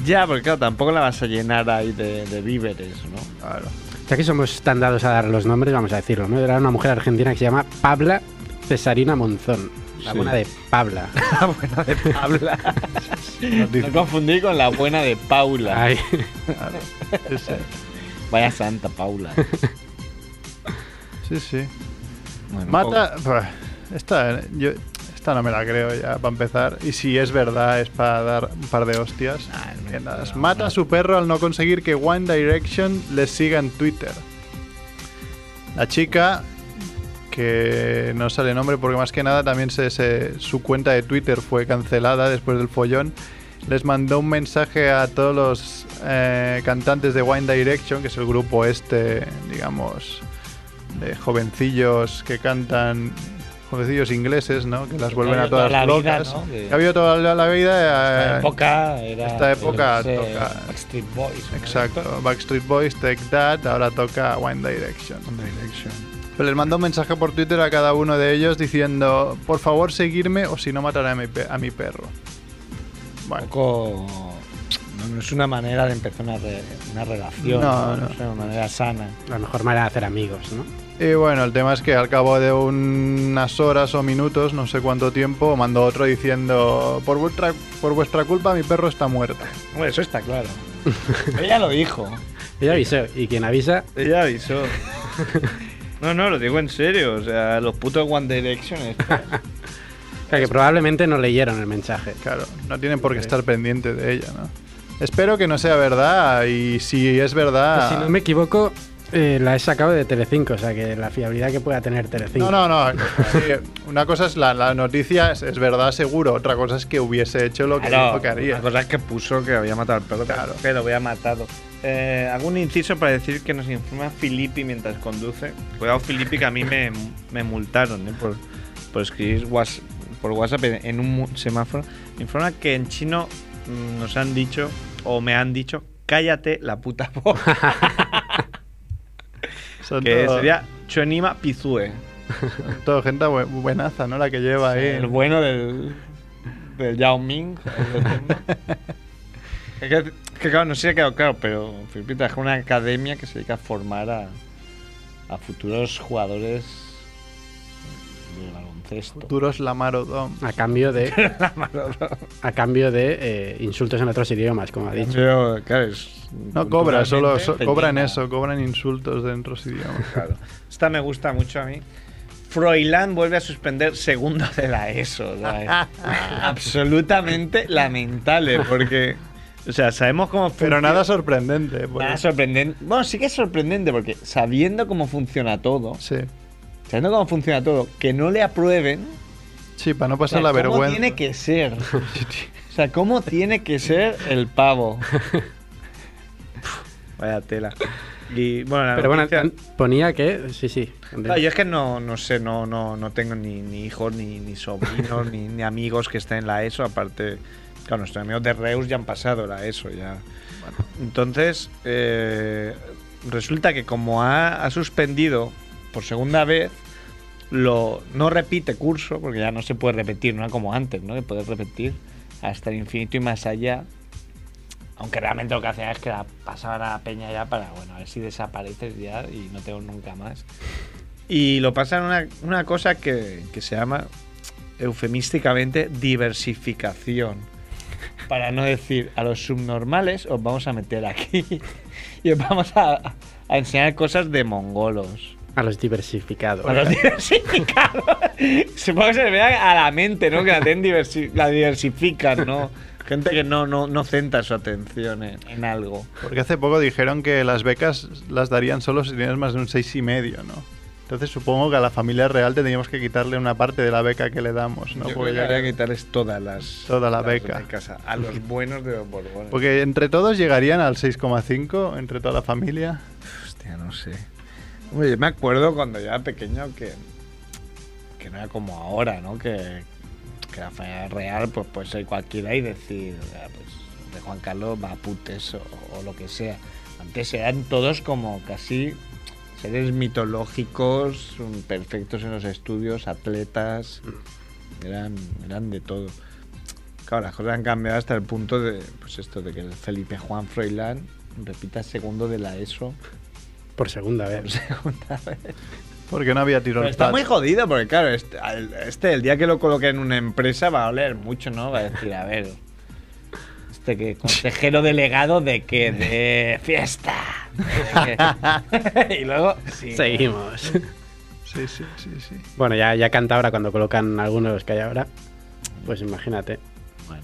Ya, porque claro, tampoco la vas a llenar ahí de, de víveres, ¿no? Claro. Ya que somos tan dados a dar los nombres, vamos a decirlo, ¿no? Era una mujer argentina que se llama Pabla Cesarina Monzón. La Sí. buena de Pabla. La buena de Pabla. No confundí con la buena de Paula. Ay. Vaya santa Paula. Sí, sí. Mata. Buah, Esta, yo, esta no me la creo ya, para empezar. Y si es verdad, es para dar un par de hostias. Mierdas. Mata a su perro al no conseguir que One Direction le siga en Twitter. La chica, que no sale nombre porque más que nada también se, se- su cuenta de Twitter fue cancelada después del follón. Les mandó un mensaje a todos los eh, cantantes de One Direction, que es el grupo este, digamos, de jovencillos que cantan, jovencillos ingleses, ¿no? Que las Que vuelven ha a habido todas toda la vida, locas. ¿no? Que- Que ha habido toda la, la vida. eh, Esta época era. eh, esta época yo qué sé, toca. Backstreet Boys. ¿no? Exacto, Backstreet Boys, Take That, ahora toca One Direction. One Direction. Pero les mando un mensaje por Twitter a cada uno de ellos diciendo, por favor seguirme o si no mataré a mi, pe- a mi perro. Un poco. No, no es una manera de empezar una, re- una relación. No, No, no. Es una manera sana. La mejor manera de hacer amigos, ¿no? Y bueno, el tema es que al cabo de unas horas o minutos, no sé cuánto tiempo, mandó otro diciendo, por vuestra, por vuestra culpa mi perro está muerto. Bueno, eso está claro. Ella lo dijo. Ella avisó. ¿Y quien avisa? Ella avisó. No, no, lo digo en serio. O sea, los putos One Direction. estos. O sea, que probablemente no leyeron el mensaje. Claro, no tienen por qué estar pendientes de ella, ¿no? Espero que no sea verdad y si es Ah. verdad... Si no me equivoco, eh, la he sacado de Telecinco, o sea que la fiabilidad que pueda tener Telecinco. No, no, no. Sí, una cosa es la, la noticia, es, es verdad seguro. Otra cosa es que hubiese hecho lo que Claro, dijo que haría. La cosa es que puso que había matado al perro, que lo había matado. Eh, algún inciso para decir que nos informa Filippi mientras conduce. Cuidado, Filippi, que a mí me, me multaron eh, por, por escribir whats- por WhatsApp en, en un mu- semáforo. Me Informa que en chino mm, nos han dicho, o me han dicho, cállate la puta boca. Son que todo- sería Chonima Pizue. Todo gente bu- buenaza, ¿no? La que lleva ahí. El bueno del, del Yao Ming. es, que, es que, claro, no sé si ha quedado claro, pero Filippi trabaja en una academia que se dedica a formar a, a futuros jugadores de baloncesto. Duros Lamarodón. A cambio de. a cambio de eh, insultos en otros idiomas, como ha dicho. Pero, claro, es- No cobra, solo culturalmente so- cobran pequeña. eso, cobran insultos dentro de su idioma. Claro. Esta me gusta mucho a mí. Froilán vuelve a suspender segundo de la ESO. o sea, es absolutamente lamentable, porque. O sea, sabemos cómo. Pero nada funciona- sorprendente. pues. porque- Nada sorprendente. Bueno, sí que es sorprendente porque sabiendo cómo funciona todo, Sí, sabiendo cómo funciona todo, que no le aprueben. sí, para no o sea, pasar la ¿cómo vergüenza. tiene que ser? O sea, ¿cómo tiene que ser el pavo? Vaya tela. Y bueno, la Pero bueno, noticia- an- ponía que. Sí, sí. Claro, Ah, yo es que no, no sé, no, no, no tengo ni, ni hijos, ni, ni sobrinos, ni, ni amigos que estén en la ESO. Aparte, claro, nuestros amigos de Reus ya han pasado la ESO ya. Entonces, eh, resulta que como ha, ha suspendido por segunda vez, lo, no repite curso, porque ya no se puede repetir, no como antes, ¿no? Que puedes repetir hasta el infinito y más allá. Aunque realmente lo que hacía es que la pasaban a la peña ya para, bueno, a ver si desapareces ya y no tengo nunca más. Y lo pasan una, una cosa que, que se llama eufemísticamente diversificación. Para no decir a los subnormales, os vamos a meter aquí y os vamos a, a enseñar cosas de mongolos. A los diversificados. A los diversificados. Supongo que se refiere a la mente, ¿no? Que la, tienen diversi- la diversifican, ¿no? Gente que no, no, no centra su atención en, en algo. Porque hace poco dijeron que las becas las darían solo si tienes más de un seis y medio, ¿no? Entonces supongo que a la familia real tendríamos que quitarle una parte de la beca que le damos, ¿no? Yo Porque, creo ya- que habría que quitarles todas las. Toda la las beca. becas a- A los buenos de los borbones. porque entre todos llegarían al 6,5, entre toda la familia. Hostia, no sé. Hombre, yo me acuerdo cuando yo era pequeño que. Que no era como ahora, ¿no? Que, que la familia real, pues puede ser cualquiera y decir, "Ah, pues, de Juan Carlos Maputes o, o lo que sea. Antes eran todos como casi seres mitológicos, un- perfectos en los estudios, atletas. Mm. Eran, eran de todo. Claro, las cosas han cambiado hasta el punto de, pues esto, de que el Felipe Juan Froilán repita segundo de la E ESO. Por segunda vez. Porque no había tiro Pero al está pato. muy jodido porque, claro, este, al- este, el día que lo coloque en una empresa va a oler mucho, ¿no? Va a decir, a ver, este que consejero delegado de que de fiesta. y luego sí, Seguimos. Sí, sí, sí, sí. Bueno, ya, ya canta ahora cuando colocan algunos de los que hay ahora. Pues imagínate. Bueno.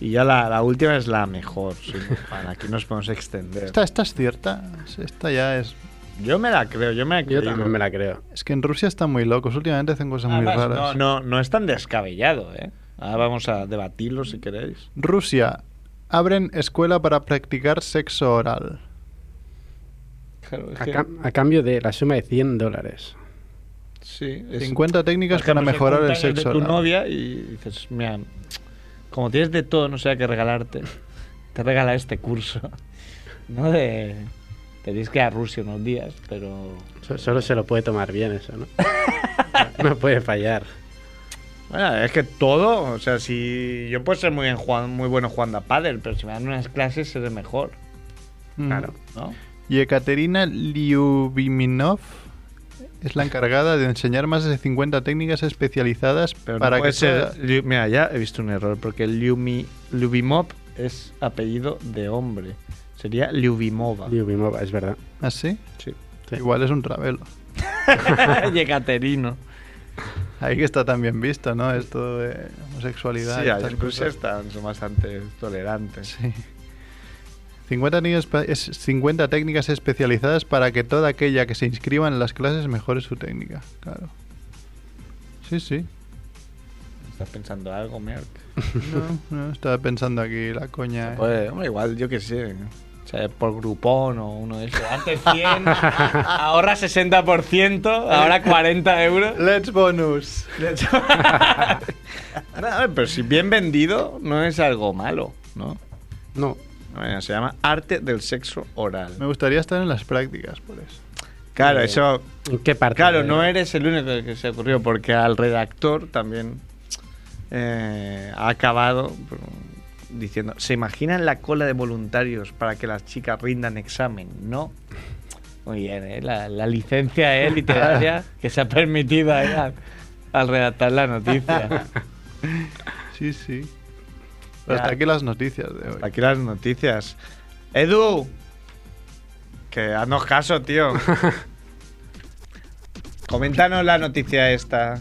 Y ya la, la última es la mejor, sí, para aquí nos podemos extender. Esta, esta es cierta. Esta ya es... Yo me la creo, yo me la Yo creo. también me la creo. Es que en Rusia están muy locos. Últimamente hacen cosas muy Además, raras. no, no, no es tan descabellado, ¿eh? Ahora vamos a debatirlo si queréis. Rusia. Abren escuela para practicar sexo oral. Claro, es A, Pues que- cam- a cambio de la suma de 100 dólares. sí, es- 50 técnicas Por ejemplo, para si mejorar el cumpleaños sexo de tu oral. novia y dices, mira, como tienes de todo, no sé a qué regalarte, te regala este curso. No de. Tenéis que ir a Rusia unos días, pero. So- solo se lo puede tomar bien eso, ¿no? no puede fallar. Bueno, es que todo, o sea, si yo puedo ser muy, bien jugando- muy bueno jugando a pádel, pero si me dan unas clases seré mejor, Mm. Claro. ¿no? Y Ekaterina Lyubiminov es la encargada de enseñar más de 50 técnicas especializadas Pero para no que puede ser. sea- Liu- Mira, ya he visto un error, porque el Liumi, Liubimop es apellido de hombre. Sería Liubimova. Liubimova, es verdad. ¿Ah, sí? Igual es un travelo. Yecaterino. Ahí que está tan bien visto, ¿no? Esto de homosexualidad. Sí, y a estas las cosas. cosas están, son bastante tolerantes. Sí. 50, técnicas pa- es- 50 técnicas especializadas para que toda aquella que se inscriba en las clases mejore su técnica. Claro. Sí, sí. ¿Estás pensando algo, Merck? No, no, estaba pensando aquí la coña. ¿eh? Pues, hombre, igual, yo qué sé. O sea, por grupón o uno de esos. Antes 100, ahora 60%, ahora 40 euros. Let's bonus. Nada, pero si bien vendido, no es algo malo, ¿no? No. Bueno, se llama arte del sexo oral. Me gustaría estar en las prácticas, por eso. Claro, Eh, eso. qué parte? Claro, no eres el único que se ocurrió, porque al redactor también eh, ha acabado por- diciendo: ¿Se imaginan la cola de voluntarios para que las chicas rindan examen? No. Muy bien, ¿eh? la, la licencia es literaria que se ha permitido ahí al, al redactar la noticia. Sí, sí. Ya. Hasta aquí las noticias de hoy. Aquí las noticias. Edu, que haznos caso, tío. Coméntanos la noticia esta.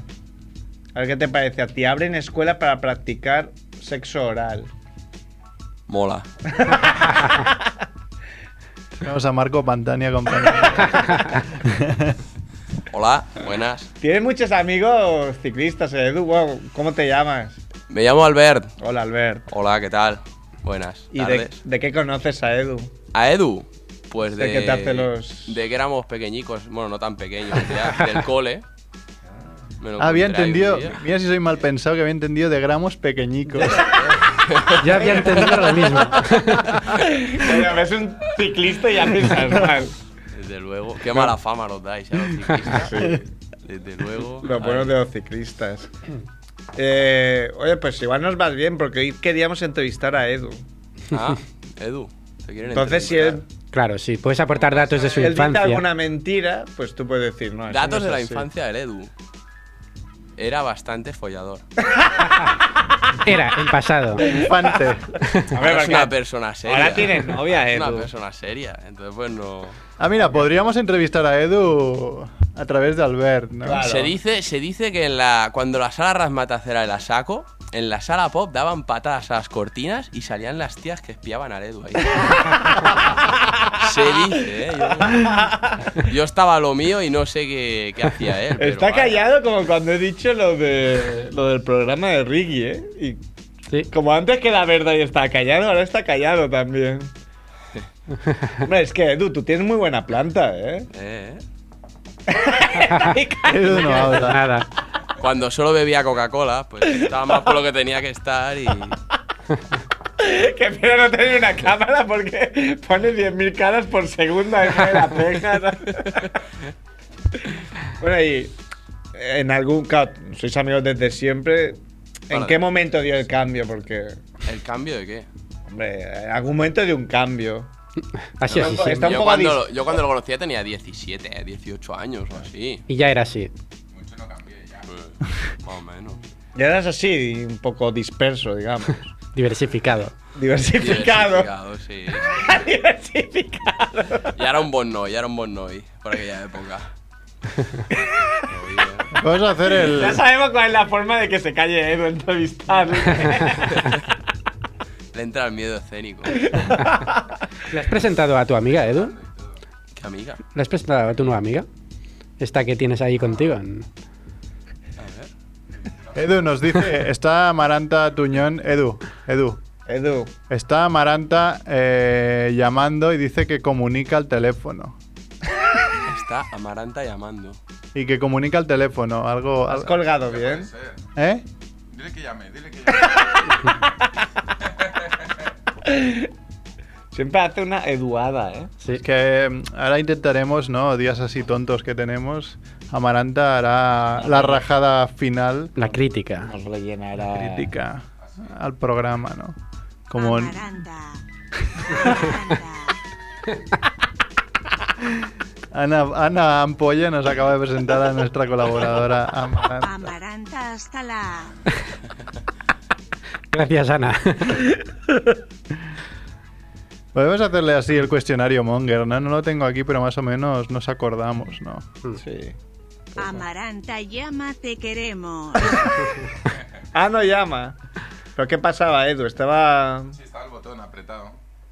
A ver qué te parece. A ti abren escuela para practicar sexo oral. Mola. Tenemos a Marco Pantani acompañado. Hola, buenas. Tienes muchos amigos ciclistas, eh, Edu. Wow, ¿Cómo te llamas? Me llamo Albert. Hola, Albert. Hola, ¿qué tal? Buenas. ¿Y de, tardes. de qué conoces a Edu? A Edu, pues de. El que te hace los- De que éramos pequeñicos, bueno, no tan pequeños, ya, del cole. Me Ah, lo había encontré ahí un entendido, día. mira si soy mal pensado, que había entendido de gramos pequeñicos. Ya había entendido lo mismo. ves un ciclista y ya piensas mal. Desde luego. Qué mala fama nos dais a los ciclistas. Sí. Desde luego. Lo bueno de los ciclistas. Eh, oye, pues igual nos vas bien, porque hoy queríamos entrevistar a Edu. Ah, Edu. Te quieren Entonces, si él, Claro, sí, puedes aportar datos de su él dice infancia. alguna mentira, pues tú puedes decir, no. eso Datos de no es la así. infancia del Edu. Era bastante follador. Era, en pasado. Infante. Ahora es porque una persona seria. ahora tiene novia, eh, Es Edu. una persona seria. Entonces, pues no. Ah, mira, podríamos entrevistar a Edu a través de Albert, ¿no? Se dice, se dice que en la, cuando la sala rasmatacera era saco, en la sala pop daban patadas a las cortinas y salían las tías que espiaban al Edu ahí. se dice, ¿eh? Yo, yo estaba a lo mío y no sé qué, qué hacía él. pero Está vaya. callado como cuando he dicho lo, de, lo del programa de Ricky, ¿eh? Y Como antes que la verdad y está callado, ahora está callado también. Hombre, es que Edu, tú tienes muy buena planta, ¿eh? Eh, eh. Edu no habla. Nada. Cuando solo bebía Coca-Cola, pues estaba más por lo que tenía que estar y... Que pero no tener una cámara porque pone 10.000 caras por segundo a eso de la peja. ¿no? bueno, y eh, en algún caso, sois amigos desde siempre. ¿En Vale. qué momento dio el cambio? Porque, ¿El cambio de qué? hombre, en algún momento dio un cambio. Así, así. sí. Está un yo, poco cuando adis- lo, yo cuando lo conocía tenía 17, 18 años o así. Y ya era así. Pues, más o menos. Ya eras así, un poco disperso, digamos. Diversificado. Diversificado. Diversificado, sí. Diversificado. Ya era un bon noi, ya era un bon noi por aquella época. Vamos a hacer el. Ya sabemos cuál es la forma de que se calle Edu entrevistar. Le entra el miedo escénico. ¿Le has presentado a tu amiga, Edu? Qué amiga. ¿Le has presentado a tu nueva amiga? Esta que tienes ahí contigo. Edu nos dice, está Amaranta Tuñón. Edu, Edu. Edu. Está Amaranta eh, llamando y dice que comunica al teléfono. Está Amaranta llamando. Y que comunica al teléfono, algo... ¿Has algo- colgado bien? ¿Eh? Dile que llame, dile que Siempre hace una eduada, ¿eh? Sí. Que mm, ahora intentaremos, ¿no? Días así tontos que tenemos. Amaranta hará la rajada final La crítica. Nos rellenará. crítica al programa, ¿no? Como en- Amaranda. Ana, Ana Ampolla nos acaba de presentar a nuestra colaboradora Amaranta. Amaranta hasta la... Gracias, Ana. Podemos hacerle así el cuestionario Monger, ¿no? No lo tengo aquí, pero más o menos nos acordamos, ¿no? Hmm. Sí. Amaranta llama, te queremos. Ah, no llama. ¿Pero qué pasaba, Edu? Estaba Sí, estaba el botón apretado.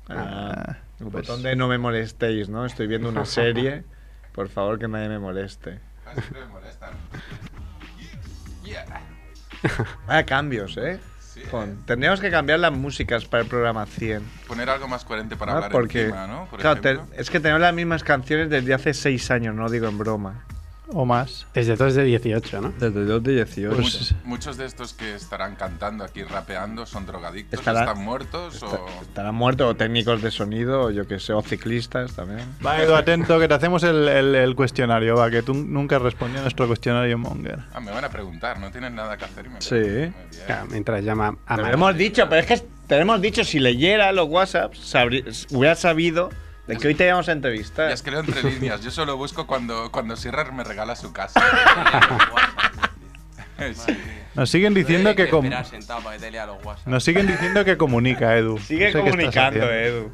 Ah, el botón de no me molestéis, ¿no? Estoy viendo una serie. Por favor, que nadie me moleste. Ah, siempre me molestan. Yeah. Vaya cambios, ¿eh? Con- tendríamos que cambiar las músicas para el programa 100. Poner algo más coherente para Ah, hablar porque encima, ¿no? Por claro, te- ejemplo. es que tenemos las mismas canciones desde hace 6 años, no digo en broma. O más. Desde 2 de 18, ¿no? Desde 2 de Pues 18. Muchos, muchos de estos que estarán cantando aquí rapeando son drogadictos, Estará- están muertos o... estarán muertos o técnicos de sonido, o yo que sé, o ciclistas también. Va, Edu, atento, que te hacemos el, el- el cuestionario, va, que tú nunca respondió a nuestro cuestionario Monger. Ah, me van a preguntar, no tienen nada que hacer y me Sí. mientras llama Te lo hemos dicho, pero es que te lo hemos dicho, si leyera los WhatsApps, sabrí- hubiera sabido de que hoy te íbamos a entrevistar. Ya es que leo entre líneas, yo solo busco cuando, cuando Sirrer me regala su casa. Sí. Nos siguen diciendo que, com- Esperar sentado para que te lea los WhatsApp. nos siguen diciendo que comunica, Edu. Sigue qué estás comunicando, eh. haciendo. Edu.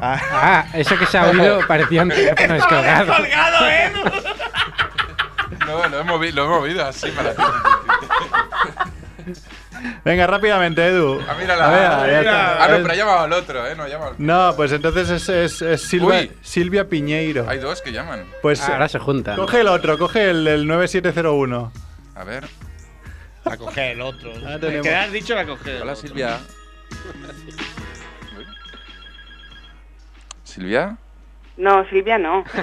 Ah, eso que se ha oído parecía un teléfono descolgado. ¿eh? No, lo he movido, lo he movido así para ti. Venga, rápidamente, Edu. Ah, mírala. A ver, ya está. Ah, no, pero ha llamado al otro, ¿eh? No ha llamado al... No, pues entonces es, es- es Silva- Uy. Silvia Piñeiro. Hay dos que llaman. Pues ahora se juntan. Coge el otro, coge el, el 9701. A ver. A coger el otro. Ah, tenemos. ¿Qué has dicho? La coger. Hola, Silvia. ¿Silvia? No, Silvia no.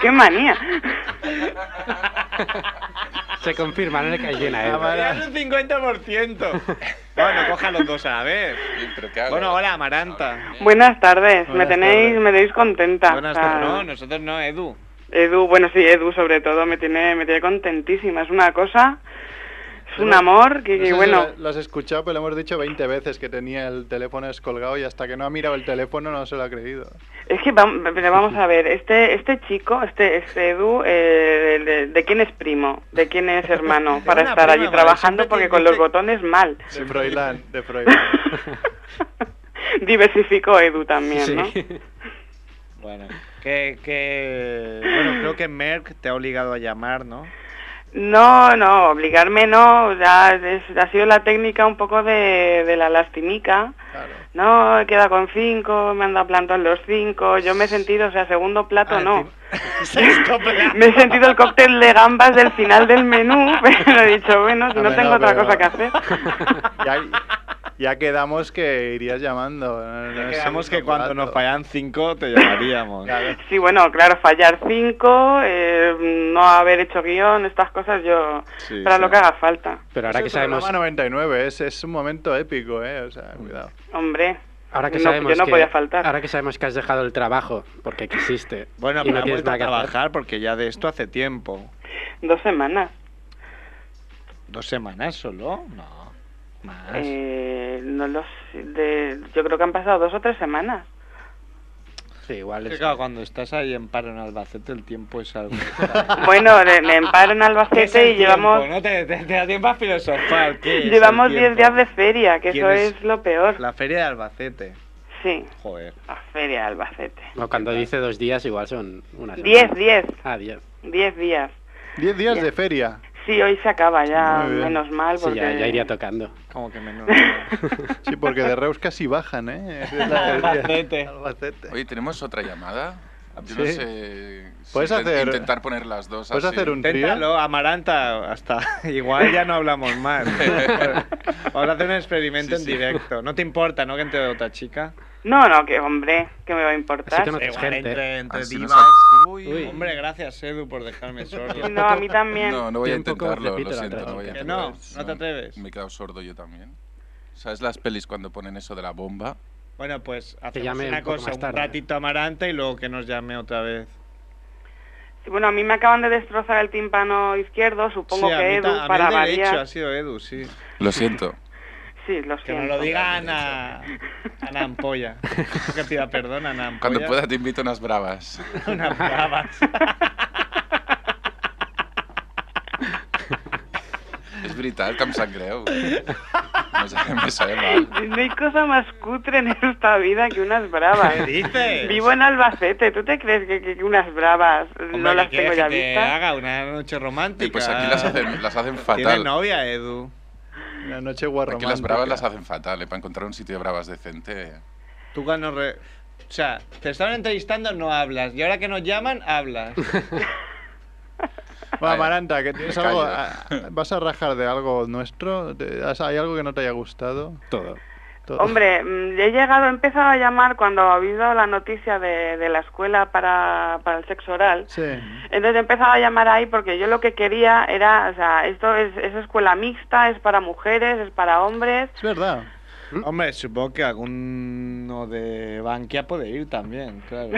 ¡Qué manía! Se confirma, no le cae llena, eh. Amaranta. un 50%. bueno, coja los dos a la vez. Bueno, hola, Amaranta. Buenas tardes, me Buenas tenéis, tardes. me tenéis contenta. Buenas O sea, tardes. No, nosotros no, Edu. Ah. Edu, bueno, sí, Edu sobre todo me tiene, me tiene contentísima. Es una cosa, es un amor que, No que, sé si bueno, lo- lo has escuchado, pero le hemos dicho 20 veces que tenía el teléfono descolgado y hasta que no ha mirado el teléfono no se lo ha creído. es que vam- pero vamos a ver, este, este chico, este, este Edu, eh, de, de quién es primo, de quién es hermano, para una estar prima, allí madre, siempre trabajando, porque tiene- con los botones mal. De Froilán, de Froilán. Diversificó Edu también, ¿no? Bueno, que, que... Bueno, creo que Merck te ha obligado a llamar, ¿no? No, no, obligarme no, ya es- ha sido la técnica un poco de, de la lastimica, no, he quedado con cinco, me han dado plantón los cinco, yo me he sentido, o sea, segundo Ah, plato no, me he sentido el cóctel de gambas del final del menú, pero he dicho, bueno, si A no ver, tengo no, otra Ah, pero- cosa que hacer. ya, ya quedamos que irías llamando. no- no sé, Pensamos no que cuando plato. nos fallan cinco te llamaríamos. Sí, bueno, claro, fallar cinco, eh, no haber hecho guión, estas cosas yo, Sí, para sí. lo que haga falta. Pero Es el programa 99, es, es un momento épico, ¿eh? O sea, cuidado. Hombre, Ahora que no, sabemos yo no que, podía faltar. Ahora que sabemos que has dejado el trabajo, porque quisiste. Bueno, y pero no ha tienes vuelto nada a que hacer. trabajar porque ya de esto hace tiempo. Dos semanas. ¿Dos semanas solo? No. Más. Ah, Eh, no los de, yo creo que han pasado dos o tres semanas. sí, igual es. Claro, cuando estás ahí en paro en Albacete, el tiempo es algo. Bueno, le, le emparo en ¿Qué es el Albacete y tiempo, llevamos No te, te- te da tiempo a filosofar. ¿qué es el llevamos diez tiempo? días de feria, que eso ¿Quién es? es lo peor. La feria de Albacete. Sí, Joder. la feria de Albacete. No, cuando dice dos días, igual son unas. Diez, diez, Ah, diez. diez días. 10 días de feria. Sí, hoy se acaba ya, Muy bien. Ah, menos mal, Sí, porque... ya, ya iría tocando. Como que menos. Sí, porque de Reus casi bajan, ¿eh? Es la- el día- Albacete. Oye, ¿tenemos otra llamada? Yo Sí. no sé... si Puedes inten- hacer- Intentar poner las dos puedes así. hacer un trío. Inténtalo, Amaranta, hasta. Igual ya no hablamos más. Vamos a hacer un Sí, experimento en sí. directo. No te importa, ¿no? Que entre otra chica. No, no, que hombre, que me va a importar. Igual Entre, entre Así divas. Ah, no Uy, hombre, gracias Edu por dejarme sordo. No, a mí también. No, no voy a Tiempo intentarlo, lo completito, siento. la No, voy a Que intentar. no, no te atreves. Me he quedado sordo yo también. ¿Sabes las pelis cuando ponen eso de la bomba? Bueno, pues hacemos llame una un poco cosa, más un tarde. ratito amaranta y luego que nos llame otra vez. Sí, Bueno, a mí me acaban de destrozar el tímpano izquierdo, supongo Sí, a que mí ta- Edu, a mí para el derecho variar. ha sido Edu, sí. Lo siento. Sí, lo Que siento. nos lo diga Ana, Ana Ampolla. Que pida perdón, Ana Ampolla. Cuando pueda te invito a unas bravas. Unas bravas. És veritat, que em sap greu. No sé, me sabe mal. No hay cosa más cutre en esta vida que unas bravas. ¿Qué dices? Vivo en Albacete. ¿Tú te crees que, que- que unas bravas no Hombre, las ¿qué quieres tengo ya que te vistas? haga una noche romántica. Pues aquí las hacen, las hacen Tiene fatal. novia, Edu. Una noche guarra Aquí las bravas las hacen fatal, eh, para encontrar un sitio de bravas decente. Tú cuando... re- O sea, te estaban entrevistando, no hablas. Y ahora que nos llaman, hablas. Va, Maranta, que tienes me algo. callo. a- a- ¿Vas a rajar de algo nuestro? ¿Te- has- ¿Hay algo que no te haya gustado? Todo. Todo. Hombre, mm, he llegado, he empezado a llamar cuando habéis dado la noticia de, de la escuela para, para el sexo oral. Sí. Entonces he empezado a llamar ahí porque yo lo que quería era, o sea, esto es, es escuela mixta, es para mujeres, es para hombres. Es verdad. ¿Mm? Hombre, supongo que alguno de Bankia puede ir también, claro.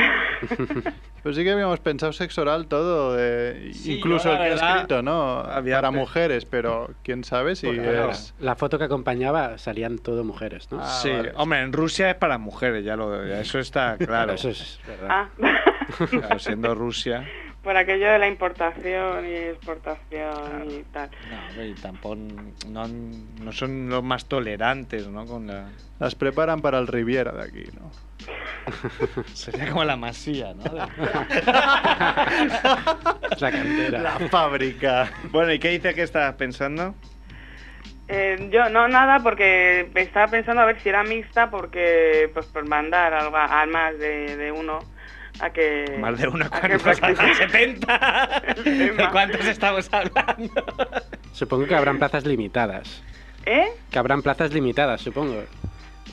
Pues sí que habíamos pensado sexo oral todo, eh, Sí, incluso yo, el la que he verdad, escrito, ¿no? Para pe- mujeres, pero quién sabe si Pues, Bueno, es. Pues, La foto que acompañaba salían todo mujeres, ¿no? Ah, sí, hombre, en Rusia es para mujeres, ya lo, ya eso está claro. Eso es Ah, verdad. Claro, siendo Rusia. por aquello de la importación y exportación y tal. No, hombre, y tampoco no, no son los más tolerantes, ¿no? Con la, Las preparan para el Riviera de aquí, ¿no? sería como la masía, ¿no? La cantera. La fábrica. Bueno, ¿y qué dices que estabas pensando? Eh, yo no nada porque estaba pensando a ver si era mixta porque pues por mandar algo a, a más de, de uno a que Más de una a que cuando pasan practique. 70. ¿De cuántos estamos hablando? Supongo que habrán plazas limitadas. ¿Eh? Que habrán plazas limitadas, supongo.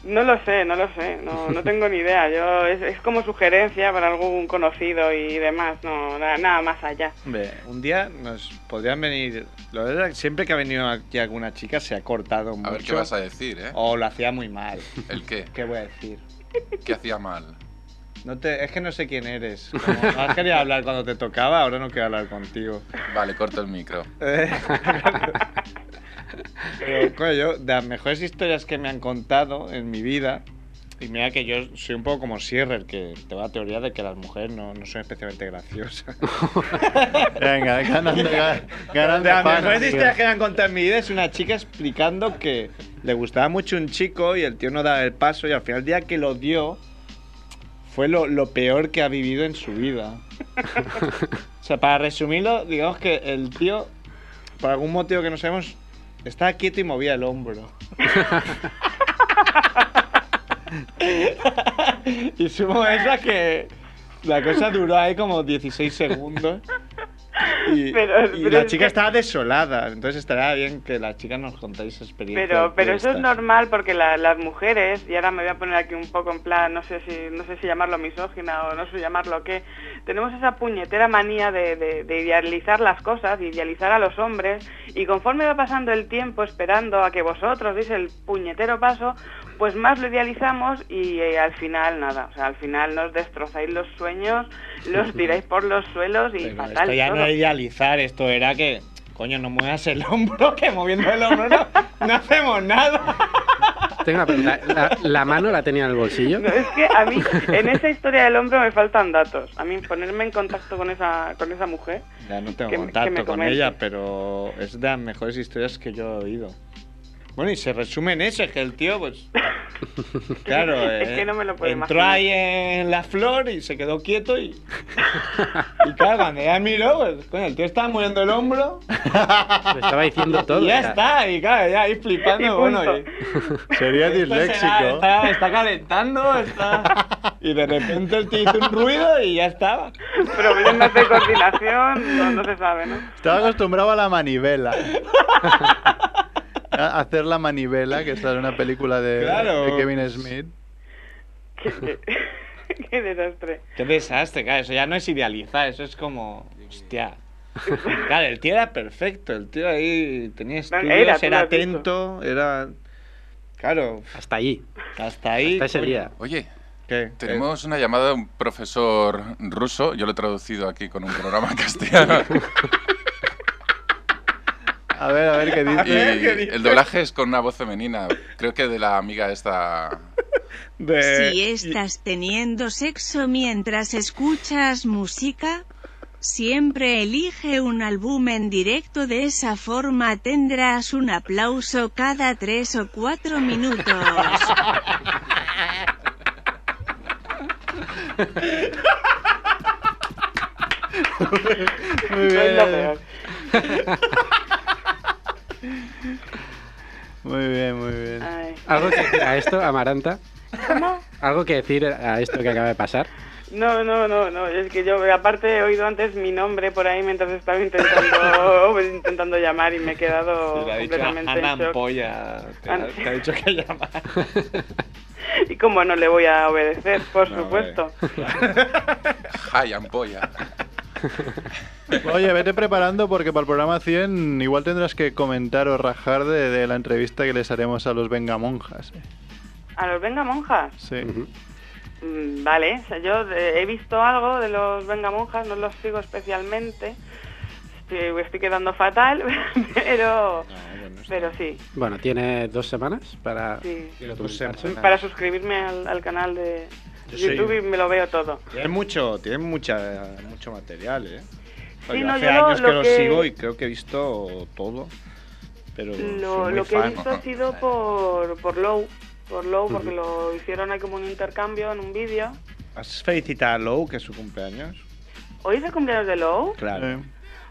No lo sé, no lo sé, no, no tengo ni idea. Yo es, es como sugerencia para algún conocido y demás, no na- nada más allá. Hombre, un día nos podrían venir. Lo verdad, siempre que ha venido aquí alguna chica se ha cortado mucho. A ver qué vas a decir, ¿eh? O lo hacía muy mal. ¿El qué? ¿Qué voy a decir? ¿Qué hacía mal? No te, es que no sé quién eres. Como has querido hablar cuando te tocaba, ahora no quiero hablar contigo. Vale, corto el micro. Eh, Pero, coño, yo, de las mejores historias que me han contado en mi vida, y mira que yo soy un poco como Sierrer, que te va la teoría de que las mujeres no, no son especialmente graciosas. Venga, ganando, ga- ganando. De las pan, mejores tío. historias que me han contado en mi vida es una chica explicando que le gustaba mucho un chico y el tío no daba el paso, y al final, el día que lo dio, fue lo, lo peor que ha vivido en su vida. O sea, para resumirlo, digamos que el tío, por algún motivo que no sabemos, estaba quieto y movía el hombro. y sumo esa que la cosa duró ahí como 16 segundos. Y, Pero- y pero la es chica que- estaba desolada, entonces estará bien que las chicas nos contéis experiencias. Pero, pero de eso es estas. normal porque la- las mujeres, y ahora me voy a poner aquí un poco en plan, no sé si, no sé si llamarlo misógina o no sé llamarlo qué, tenemos esa puñetera manía de, de- de idealizar las cosas, de idealizar a los hombres, y conforme va pasando el tiempo esperando a que vosotros deis el puñetero paso, pues más lo idealizamos y eh, al final nada, o sea, al final nos destrozáis los sueños, los tiráis por los suelos y Pero fatal. esto ya no todo. era idealizar, esto era que, coño, no muevas el hombro, que moviendo el hombro no, no hacemos nada. Tengo una pregunta. ¿La, la mano la tenía en el bolsillo? No, es que a mí, en esa historia del hombre me faltan datos. A mí ponerme en contacto con esa, con esa mujer. Ya no tengo Que me- que contacto me con comente. ella, pero es de las mejores historias que yo he oído. Bueno, y se resume en eso, es que el tío, pues... Claro, Es eh, que no me lo puedo entró imaginar. ahí en la flor y se quedó quieto y... Y claro, cuando ella miró, pues, coño, el tío estaba moviendo el hombro Lo estaba diciendo todo. y ya o sea, está, y claro, ya ahí Y flipando, punto. bueno, y- Sería Esto será, disléxico. Está, está calentando, está... Y de repente el tío hizo un ruido y ya estaba. Problemas de coordinación, no, no se sabe, ¿no? Estaba acostumbrado a la manivela. A hacer la manivela, que está en una película de, Claro. de Kevin Smith. Qué desastre. Qué desastre, claro, eso ya no es idealizar, eso es como... Hostia. Claro, el tío era perfecto, el tío ahí tenía estudios, era, era, tú lo has atento, era... Claro. Hasta ahí. Hasta ahí. Hasta ese día. Oye, ¿Qué? tenemos una llamada de un profesor ruso. Yo lo he traducido aquí con un programa castellano. A ver, a ver qué dice. Y el doblaje es con una voz femenina. Creo que de la amiga esta. Si estás teniendo sexo mientras escuchas música, siempre elige un álbum en directo. De esa forma tendrás un aplauso cada tres o cuatro minutos. Muy bien. Muy bien, muy bien. ¿Algo que decir a esto, Amaranta? ¿Algo que decir a esto que acaba de pasar? No, no, no, no, es que yo aparte he oído antes mi nombre por ahí mientras estaba intentando, pues, intentando llamar y me he quedado Le ha dicho completamente Ana en shock. Ampolla. Te, ha- te ha dicho que llama. Y como no le voy a obedecer, por No, supuesto. Hi, ampolla. Oye, vete preparando porque para el programa 100 igual tendrás que comentar o rajar de, de la entrevista que les haremos a los Vengamonjas. ¿eh? A los Venga Monjas. Sí. Mm, Vale, o sea, yo eh, he visto algo de los Venga Monjas, no los sigo especialmente. Estoy, estoy quedando fatal, Ah, pero, pero sí. Bueno, tiene dos semanas para. Sí. Tiene dos apuntarse. semanas. Para suscribirme al, al canal de Yo soy- YouTube y me lo veo todo. Tienen mucho, tienen mucha, mucho material, ¿eh? O sea, Sí, yo no, hace yo lo- años lo que los que- sigo y creo que he visto todo. Pero soy Lo, muy lo que he fan. visto ha sido por, por Low, por Low, porque Ujú. lo hicieron ahí como un intercambio en un vídeo. ¿Has felicitado a Lou, que es su cumpleaños? ¿Hoy es el cumpleaños de Low? Claro.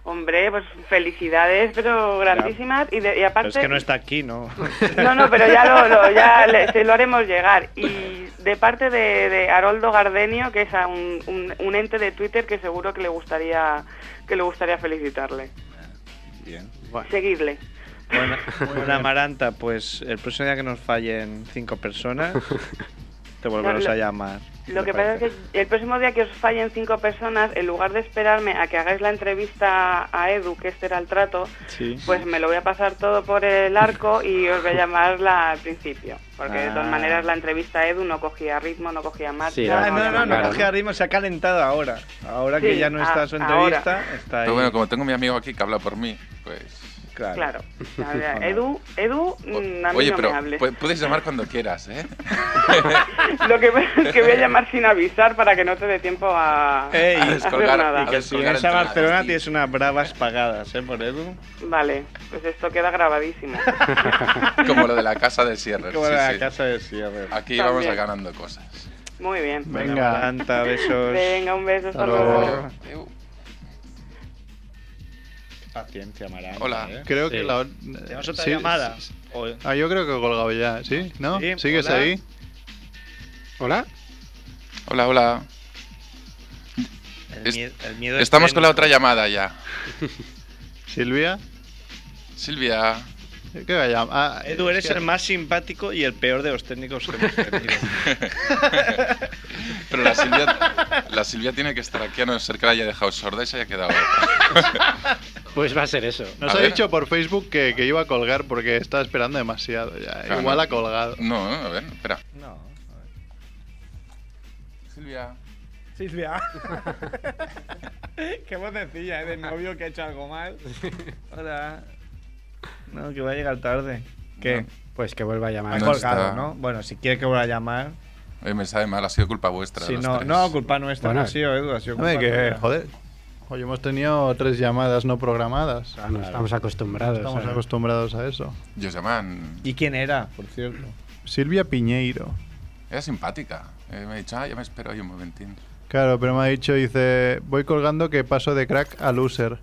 Hombre, pues felicidades, pero grandísimas. Y, de- y Pero aparte... es que no está aquí, ¿no? No, no, pero ya, lo, lo- ya le- se lo haremos llegar. Y de parte de, de Haroldo Gardenio, que es a un, un- un ente de Twitter que seguro que le gustaría que le gustaría felicitarle. Bien. Seguidle. Bueno, bueno, Amaranta, pues el próximo día que nos fallen cinco personas, te volveremos No, lo- a llamar. Lo que ¿Te pasa parece? es que el próximo día que os fallen cinco personas, en lugar de esperarme a que hagáis la entrevista a Edu, que este era el trato, Sí. pues me lo voy a pasar todo por el arco y os voy a llamarla al principio. Porque de todas Ah. maneras la entrevista a Edu no cogía ritmo, no cogía marcha. Ah, no, había no, no, nada. cogía ritmo, se ha calentado ahora. Ahora que Sí, ya no a- está su ahora. entrevista, está ahí. Pero bueno, como tengo a mi amigo aquí que habla por mí, pues. Claro. A ver, Edu, Edu, mm, a mí Oye, no pero me hables. pu- puedes llamar cuando quieras, ¿eh? Lo que pasa es que voy a llamar sin avisar para que no te dé tiempo a, Ey, a hacer nada. y que si vienes a Barcelona tienes unas bravas pagadas, ¿eh? Por Edu. Vale, pues esto queda grabadísimo. Como lo de la casa de cierre. Como la casa de cierre. Aquí También. vamos a ganando cosas. Muy bien. Venga, Amaranta, besos. Venga, un beso. Hasta Hasta luego. luego. Paciencia, Amaranta. Hola. ¿eh? Creo que la- ¿Tenemos otra sí, llamada? sí, O- Ah, yo creo que he colgado ya, ¿sí? ¿No? Sí, ¿Sigues hola. ahí? ¿Hola? Hola, hola. El Es- mie- el miedo Estamos con la escénico. otra llamada ya. ¿Silvia? Silvia. Eh, ¿Qué va a llamar? Ah, Edu, es eres que- el más simpático y el peor de los técnicos que hemos tenido. Pero la Silvia, la Silvia tiene que estar aquí a no ser que la haya dejado sorda y se haya quedado. Pues va a ser eso. Nos A ha ver. dicho por Facebook que, que iba a colgar porque estaba esperando demasiado ya. Ah, Igual no. ha colgado. No, a ver, espera. No. Silvia. Silvia. Qué vocecilla, ¿eh? Del novio que ha hecho algo mal. Hola. no, que va a llegar tarde. ¿Qué? Pues que vuelva a llamar. Ha No colgado, está. ¿no? Bueno, si quiere que vuelva a llamar. Oye, me sabe mal, ha sido culpa vuestra. Si los no, tres. no, culpa nuestra. Bueno, no ha sido Edu, ha sido culpa Hombre, que, tuya. joder. Hoy hemos tenido tres llamadas no programadas. no estamos acostumbrados. Estamos a- acostumbrados a eso. Y os llaman. ¿Y quién era, por cierto? Silvia Piñeiro. Era simpática. Eh, me ha dicho, ah, ya me espero ahí un momentín. Claro, pero me ha dicho, dice, voy colgando que paso de crack a loser.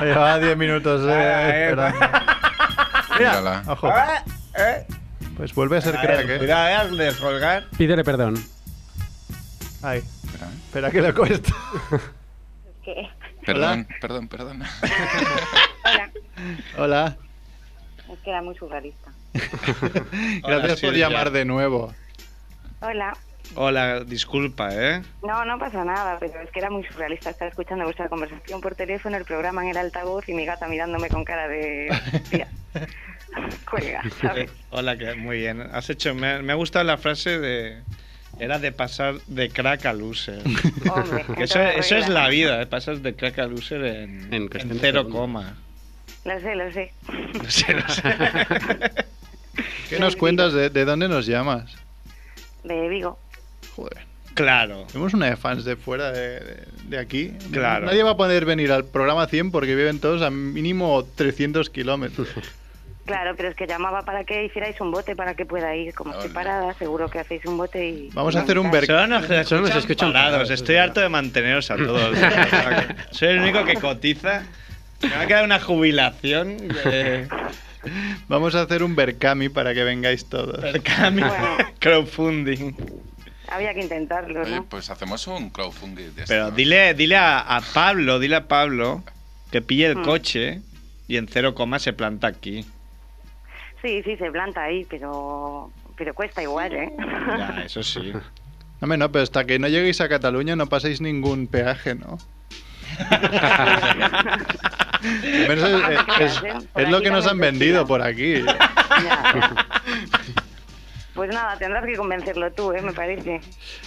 Llevaba 10 minutos eh, esperando. Mírala. Ojo. Pues vuelve a ser A crack, ver, eh. Cuidado, Ah, eh, al descolgar. Pídele perdón. Ay. Espera, eh. Espera que le cuesta. ¿Qué? Perdón, perdón, perdón. Hola. Hola. Es que era muy surrealista. Gracias por Silvia. llamar de nuevo. Hola. Hola, disculpa, ¿eh? No, no pasa nada, pero es que era muy surrealista estar escuchando vuestra conversación por teléfono, el programa en el altavoz y mi gata mirándome con cara de... Tía, cuelga, ¿sabes? Eh, Hola, que- muy bien. Has hecho, me, me ha gustado la frase de... Era de pasar de crack a loser. Hombre, Que eso, entonces eso es arregla. la vida, ¿eh? pasas de crack a loser en, En en cuestión de cero segundos. coma. Lo sé, lo sé. No sé, no sé. ¿Qué nos cuentas? De, de dónde nos llamas? De Vigo. Joder. Claro. Tenemos una de fans de fuera de, de- de aquí. Claro. Nadie va a poder venir al programa 100 porque viven todos a mínimo 300 kilómetros. Claro, pero es que llamaba para que hicierais un bote para que pueda ir. Como estoy parada, seguro que hacéis un bote y. Vamos a hacer un ver- Solo nos Solo nos escuchan escuchan parados. parados, Estoy harto de manteneros a todos. Soy el único que cotiza. Me va a quedar una jubilación. eh, Vamos a hacer un Berkami para que vengáis todos. Berkami. Crowdfunding. Había que intentarlo, Oye, ¿no? pues hacemos un crowdfunding de Pero esto. dile, dile a, a Pablo, dile a Pablo que pille el Mm. coche y en cero coma se planta aquí. Sí, sí, se planta ahí, pero. Pero cuesta igual, ¿eh? Ya, Ah, eso sí. Hombre, no, pero hasta que no lleguéis a Cataluña no pasáis ningún peaje, ¿no? Pero eso es, es- es lo que nos han vendido por aquí. Pues nada, tendrás que convencerlo tú, ¿eh? Me parece.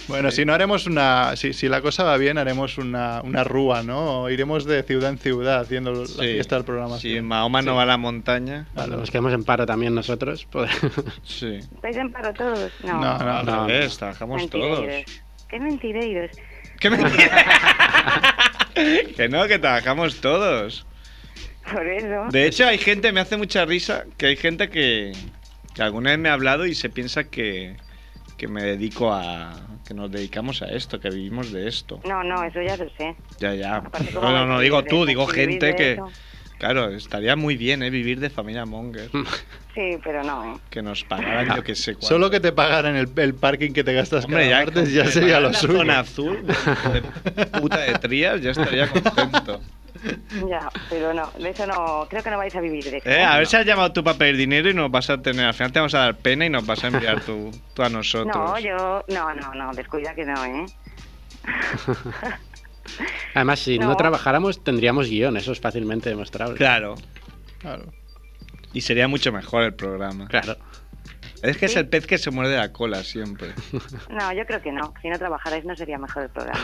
Bueno, si no haremos una. Si, si la cosa va bien, haremos una, una rúa, ¿no? O iremos de ciudad en ciudad haciendo la fiesta del programa. Si Mahoma no va a la montaña. Nos quedamos en paro también nosotros. pues- Sí. ¿Estáis en paro todos? No. No, no, al No, revés, no. trabajamos todos. Mentireiros. Qué mentireiros. Que no, que trabajamos todos. Por eso. De hecho, hay gente, me hace mucha risa, que hay gente que, que alguna vez me ha hablado y se piensa que, que me dedico a... que nos dedicamos a esto, que vivimos de esto. No, no, eso ya lo sé. Ya, ya. ¿cómo No, vas no, a no vivir digo de tú, eso? digo Si vivís gente de que... eso. Claro, estaría muy bien, ¿eh? Vivir de familia Monger. Sí, pero no, ¿eh? Que nos pagaran, yo que sé cuánto. Mm. Solo que te pagaran el, el parking que te gastas Hombre, cada ya, martes con- ya me sería pagan lo la suyo. zona azul de puta de Trías, ya estaría contento. Ya, pero no, de eso no, creo que no vais a vivir de eso. Eh, a ver si has llamado tú para pedir dinero y nos vas a tener. Al final te vamos a dar pena y nos vas a enviar tú, tú a nosotros. No, yo, no, no, no, descuida que no, ¿eh? Además, si no. No. trabajáramos, tendríamos guión, eso es fácilmente demostrable. Claro. Claro. Y sería mucho mejor el programa. Claro. Es que es el pez que se muerde la cola siempre. No, yo creo que no, si no trabajarais no sería mejor el programa.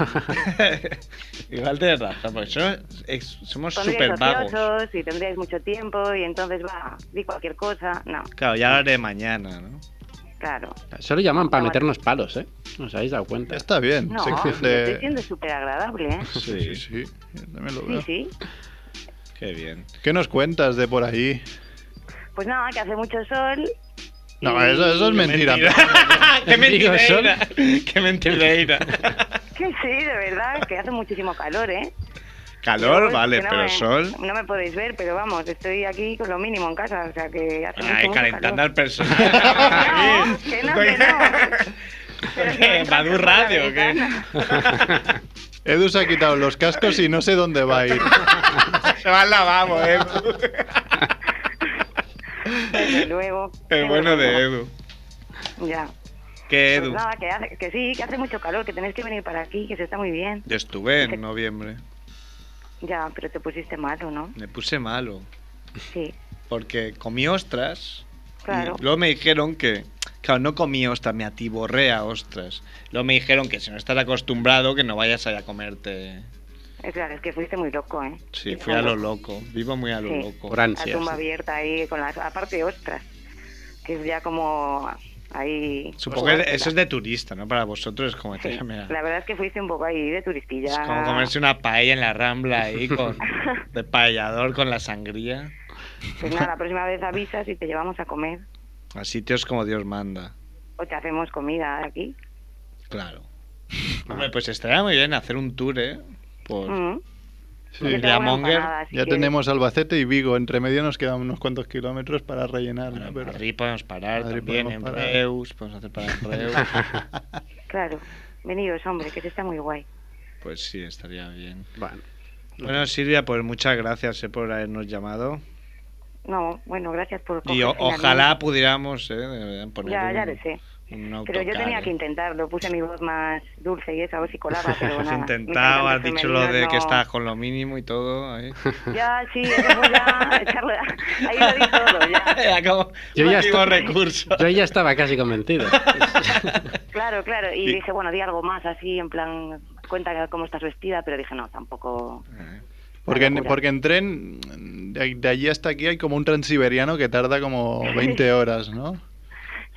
Igual tienes razón, porque somos, ex- somos súper Pondríais vagos. ociosos y tendríais mucho tiempo y entonces va, di cualquier cosa, no, Claro, ya lo haré mañana, ¿no? claro. Solo llaman para meternos palos, ¿eh? ¿Os habéis dado cuenta? Está bien. No, lo estoy siendo súper agradable, ¿eh? Sí, sí, sí. yo también lo Sí, veo. sí. Qué bien. ¿Qué nos cuentas de por ahí? Pues nada, que hace mucho sol. No, eso, eso es mentira. ¡Qué mentireira! ¡Qué mentireira! Que sí, de verdad, que hace muchísimo calor, ¿eh? Calor, Yo, vale, que no pero me- sol. No me podéis ver, pero vamos, estoy aquí con lo mínimo en casa, o sea que hace mucho, Ay, mucho calentando calor. al personal. No, que no, que no. ¿Qué? ¿Badu Radio o qué? Edu se ha quitado los cascos y no sé dónde va a ir. Se va al lavabo, eh. Desde luego. El bueno de Edu. Ya. ¿Qué Pues Edu? nada, que, hace- que sí, que hace mucho calor, que tenéis que venir para aquí, que se está muy bien. Yo estuve en noviembre. Ya, pero te pusiste malo, ¿no? Me puse malo. Sí, Porque comí ostras. claro. Y luego me dijeron que. Claro, no comí ostras, me atiborrea ostras. Luego me dijeron que si no estás acostumbrado, que no vayas allá a comerte. Es claro, es que fuiste muy loco, ¿eh? Sí, fui a lo loco. Vivo muy a lo Sí. loco. La tumba abierta ahí, con las, aparte ostras, que es ya como ahí... Supongo que eso es de turista, ¿no? Para vosotros es como decir, mira, Pues La verdad es que fuiste un poco ahí de turistilla. es como comerse una paella en la rambla ahí con de paellador con la sangría. Pues nada, la próxima vez avisas y te llevamos a comer A sitios como Dios manda. o te hacemos comida aquí. Claro. Ah. Hombre, pues estaría muy bien hacer un tour, ¿eh? Por Mm. Sí. Familia Monger. Ya tenemos Albacete y Vigo. Entre medio nos quedan unos cuantos kilómetros para rellenar. ¿no? Mm. Pero- Madrid podemos parar Madrid también, podemos en parar. Reus, pues, podemos hacer para en Reus. Claro, venidos, hombre, que se está muy guay. pues sí, estaría bien. Bueno. Bueno, Silvia, pues muchas gracias eh, por habernos llamado. No, bueno, gracias por... Y coger o- finalmente. ojalá pudiéramos eh, de verdad, poner Ya, un, ya lo sé. un Pero yo autocar, tenía eh. que intentarlo, puse mi voz más dulce y esa voz si colaba, pero Has nada. intentado, has mi dicho femenino lo de que no- estás con lo mínimo y todo. ahí. Ya, sí, eso fue ya echarlo- Ahí lo di todo, ya. Ya como último esta- recurso. yo ya estaba casi convencido. Claro, claro. Y Sí. dije, bueno, di algo más así, en plan, cuenta cómo estás vestida, pero dije, no, tampoco. Porque en, porque en tren, de de allí hasta aquí hay como un transiberiano que tarda como 20 horas, ¿no?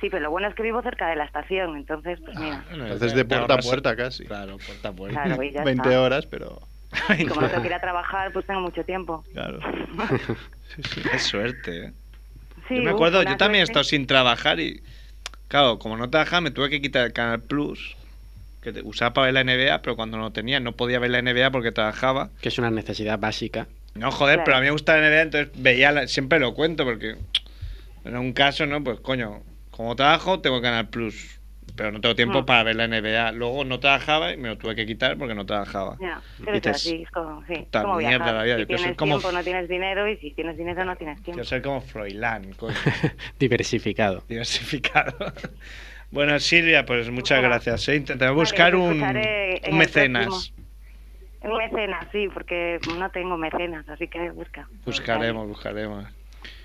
Sí, pero lo bueno es que vivo cerca de la estación, entonces, pues mira. Entonces de puerta a puerta casi. Claro, puerta a puerta. Claro, y ya 20 está. horas, pero... Y como no tengo que ir a trabajar, pues tengo mucho tiempo. Claro. Sí, sí. Qué suerte, ¿eh? Sí, yo me uf, acuerdo, la yo también he suerte. estado sin trabajar y. Claro, como no trabajaba, me tuve que quitar el Canal Plus, que te- usaba para ver la NBA, pero cuando no lo tenía, no podía ver la NBA porque trabajaba. Que es una necesidad básica. No, joder, Claro. pero a mí me gusta la NBA, entonces veía, la- siempre lo cuento, porque en un caso, ¿no? Pues coño, como trabajo, tengo Canal Plus, pero no tengo tiempo Ah. para ver la NBA. Luego no trabajaba y me lo tuve que quitar porque no trabajaba. Ya, Y pero es te- así, es como, sí, es Puta como mierda viajar. la vida, si yo que soy tienes como- tiempo no tienes dinero y si tienes dinero no tienes tiempo. Quiero ser como Froilán, coño, Diversificado. diversificado. bueno, Silvia, pues muchas gracias. ¿eh? Intentaré buscar Vale, un, escucharé en un el mecenas. próximo. Un mecenas, sí, porque no tengo mecenas, así que busca. Buscaremos, buscaremos.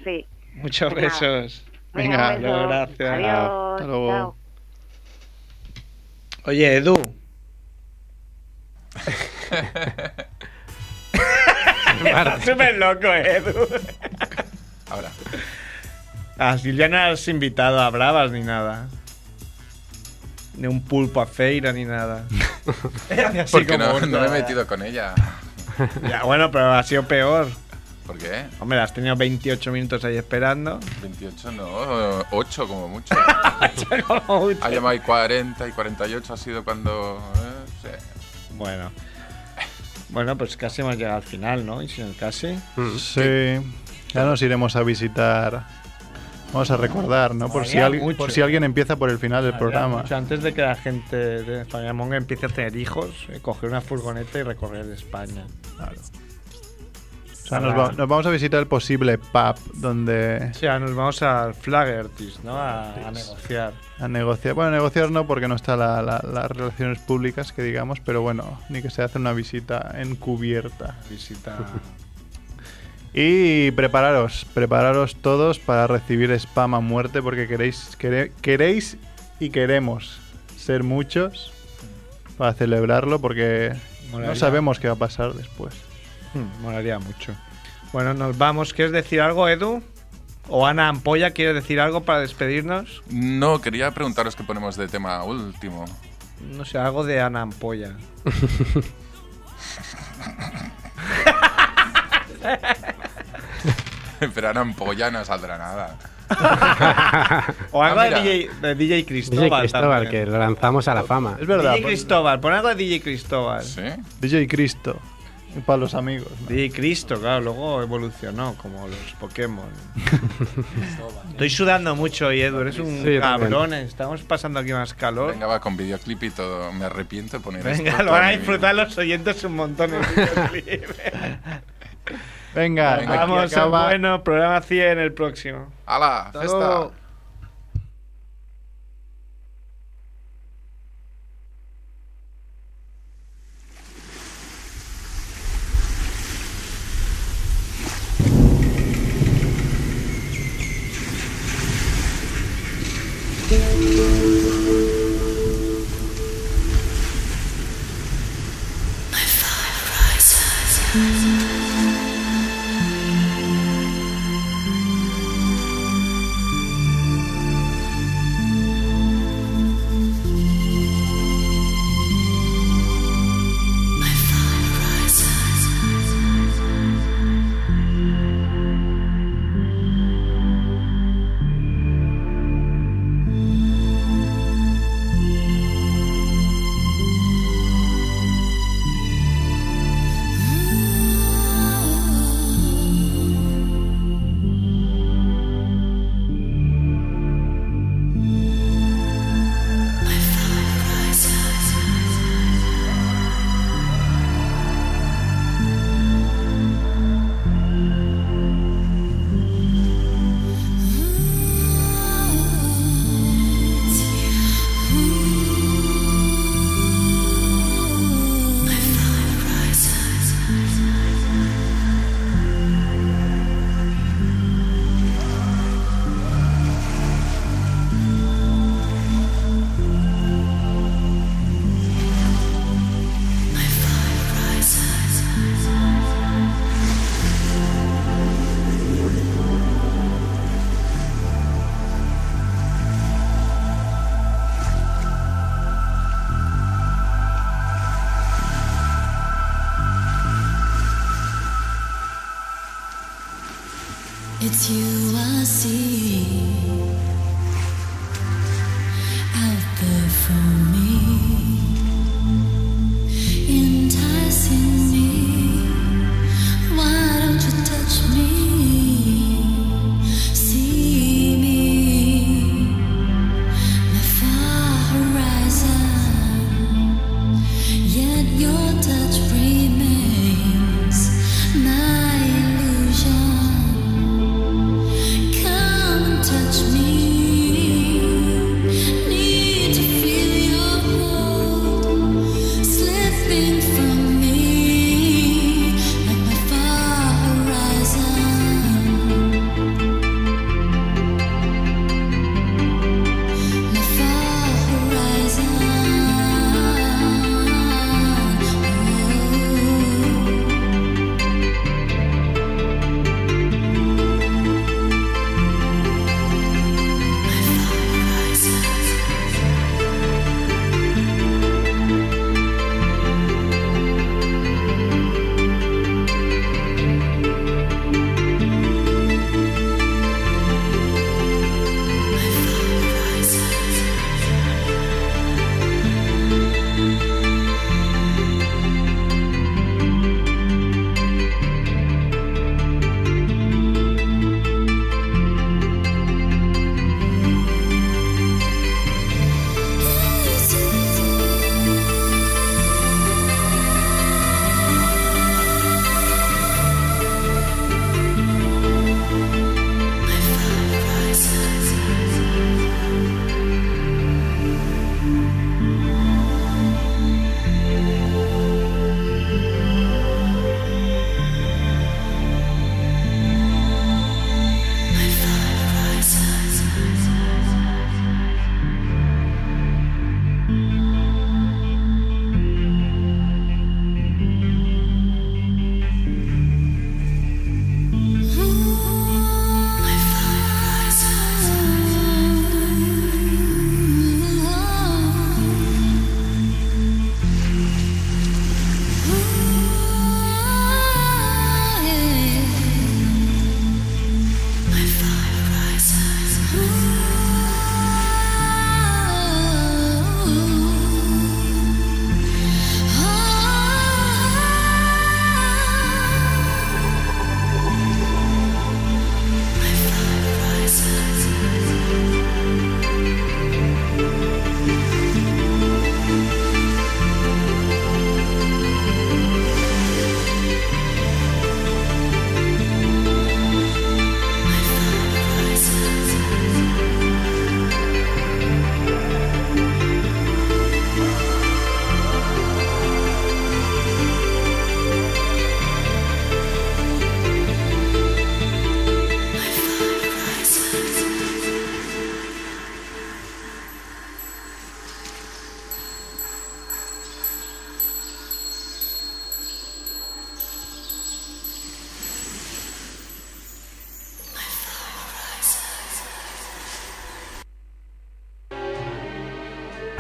Sí. Muchos Pues nada. besos. Venga, Hasta un luego, beso. gracias. Adiós, Hasta luego. chao. Oye, Edu. Súper loco, eh, Edu. Ahora. A Silvia no has invitado a Bravas ni nada. Ni un pulpo a feira ni nada. Así Porque como no, una- no me he metido con ella. Ya, bueno, pero ha sido peor. ¿Por qué? Hombre, has tenido 28 minutos ahí esperando. 28 no, 8 como mucho. como mucho. Ha llamado y 40 y 48 ha sido cuando... eh, sí. Bueno. Bueno, pues casi hemos llegado al final, ¿no? Y sin el casi. Mm, Sí. Ya nos iremos a visitar. Vamos a recordar, ¿no? Por si, Había al- mucho. por si alguien empieza por el final del Había programa. mucho antes de que la gente de España Monga empiece a tener hijos, eh, coger una furgoneta y recorrer España. O sea, nos, va- nos vamos a visitar el posible pub donde O sea, nos vamos al Flaggertis, ¿no? A, a negociar. a negociar. Bueno, negociar no porque no está la- la- las relaciones públicas, que digamos, pero bueno, ni que se hace una visita encubierta. Visita. Y prepararos, prepararos todos para recibir spam a muerte porque queréis, quere- queréis y queremos ser muchos para celebrarlo porque no Molaría. sabemos qué va a pasar después. Hmm, molaría mucho. Bueno, nos vamos. ¿Quieres decir algo, Edu? ¿O Ana Ampolla quiere decir algo para despedirnos? No, quería preguntaros qué ponemos de tema último. No sé, algo de Ana Ampolla. Pero ahora ampolla no saldrá nada. O algo Ah, de, mira. DJ, de DJ DJ Cristóbal. Cristóbal, también. que lo lanzamos a la fama. Es verdad. DJ Cristóbal, pon algo de DJ Cristóbal. ¿Sí? DJ Cristo. Y para los amigos. ¿no? DJ Cristo, claro, luego evolucionó como los Pokémon. Estoy sudando mucho hoy, Edu, eres un Sí, yo también. cabrón, estamos pasando aquí más calor. Venga, va con videoclip y todo. Me arrepiento de poner Venga, esto lo van toda a mi vida. disfrutar los oyentes un montón. el videoclip. Venga, aquí Vamos, acaba. bueno, programa 100 el próximo. ¡Hala! Hasta ¡Festa! luego. Thank you. It's you I see out there for me, enticing me. Why don't you touch me? See me, my far horizon. Yet your touch remains my illusion. Come and touch me. Need to feel your hold slipping from me like my far horizon. My far horizon.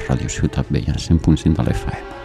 Radio Ciutat Vella, 100.5 de l'FM.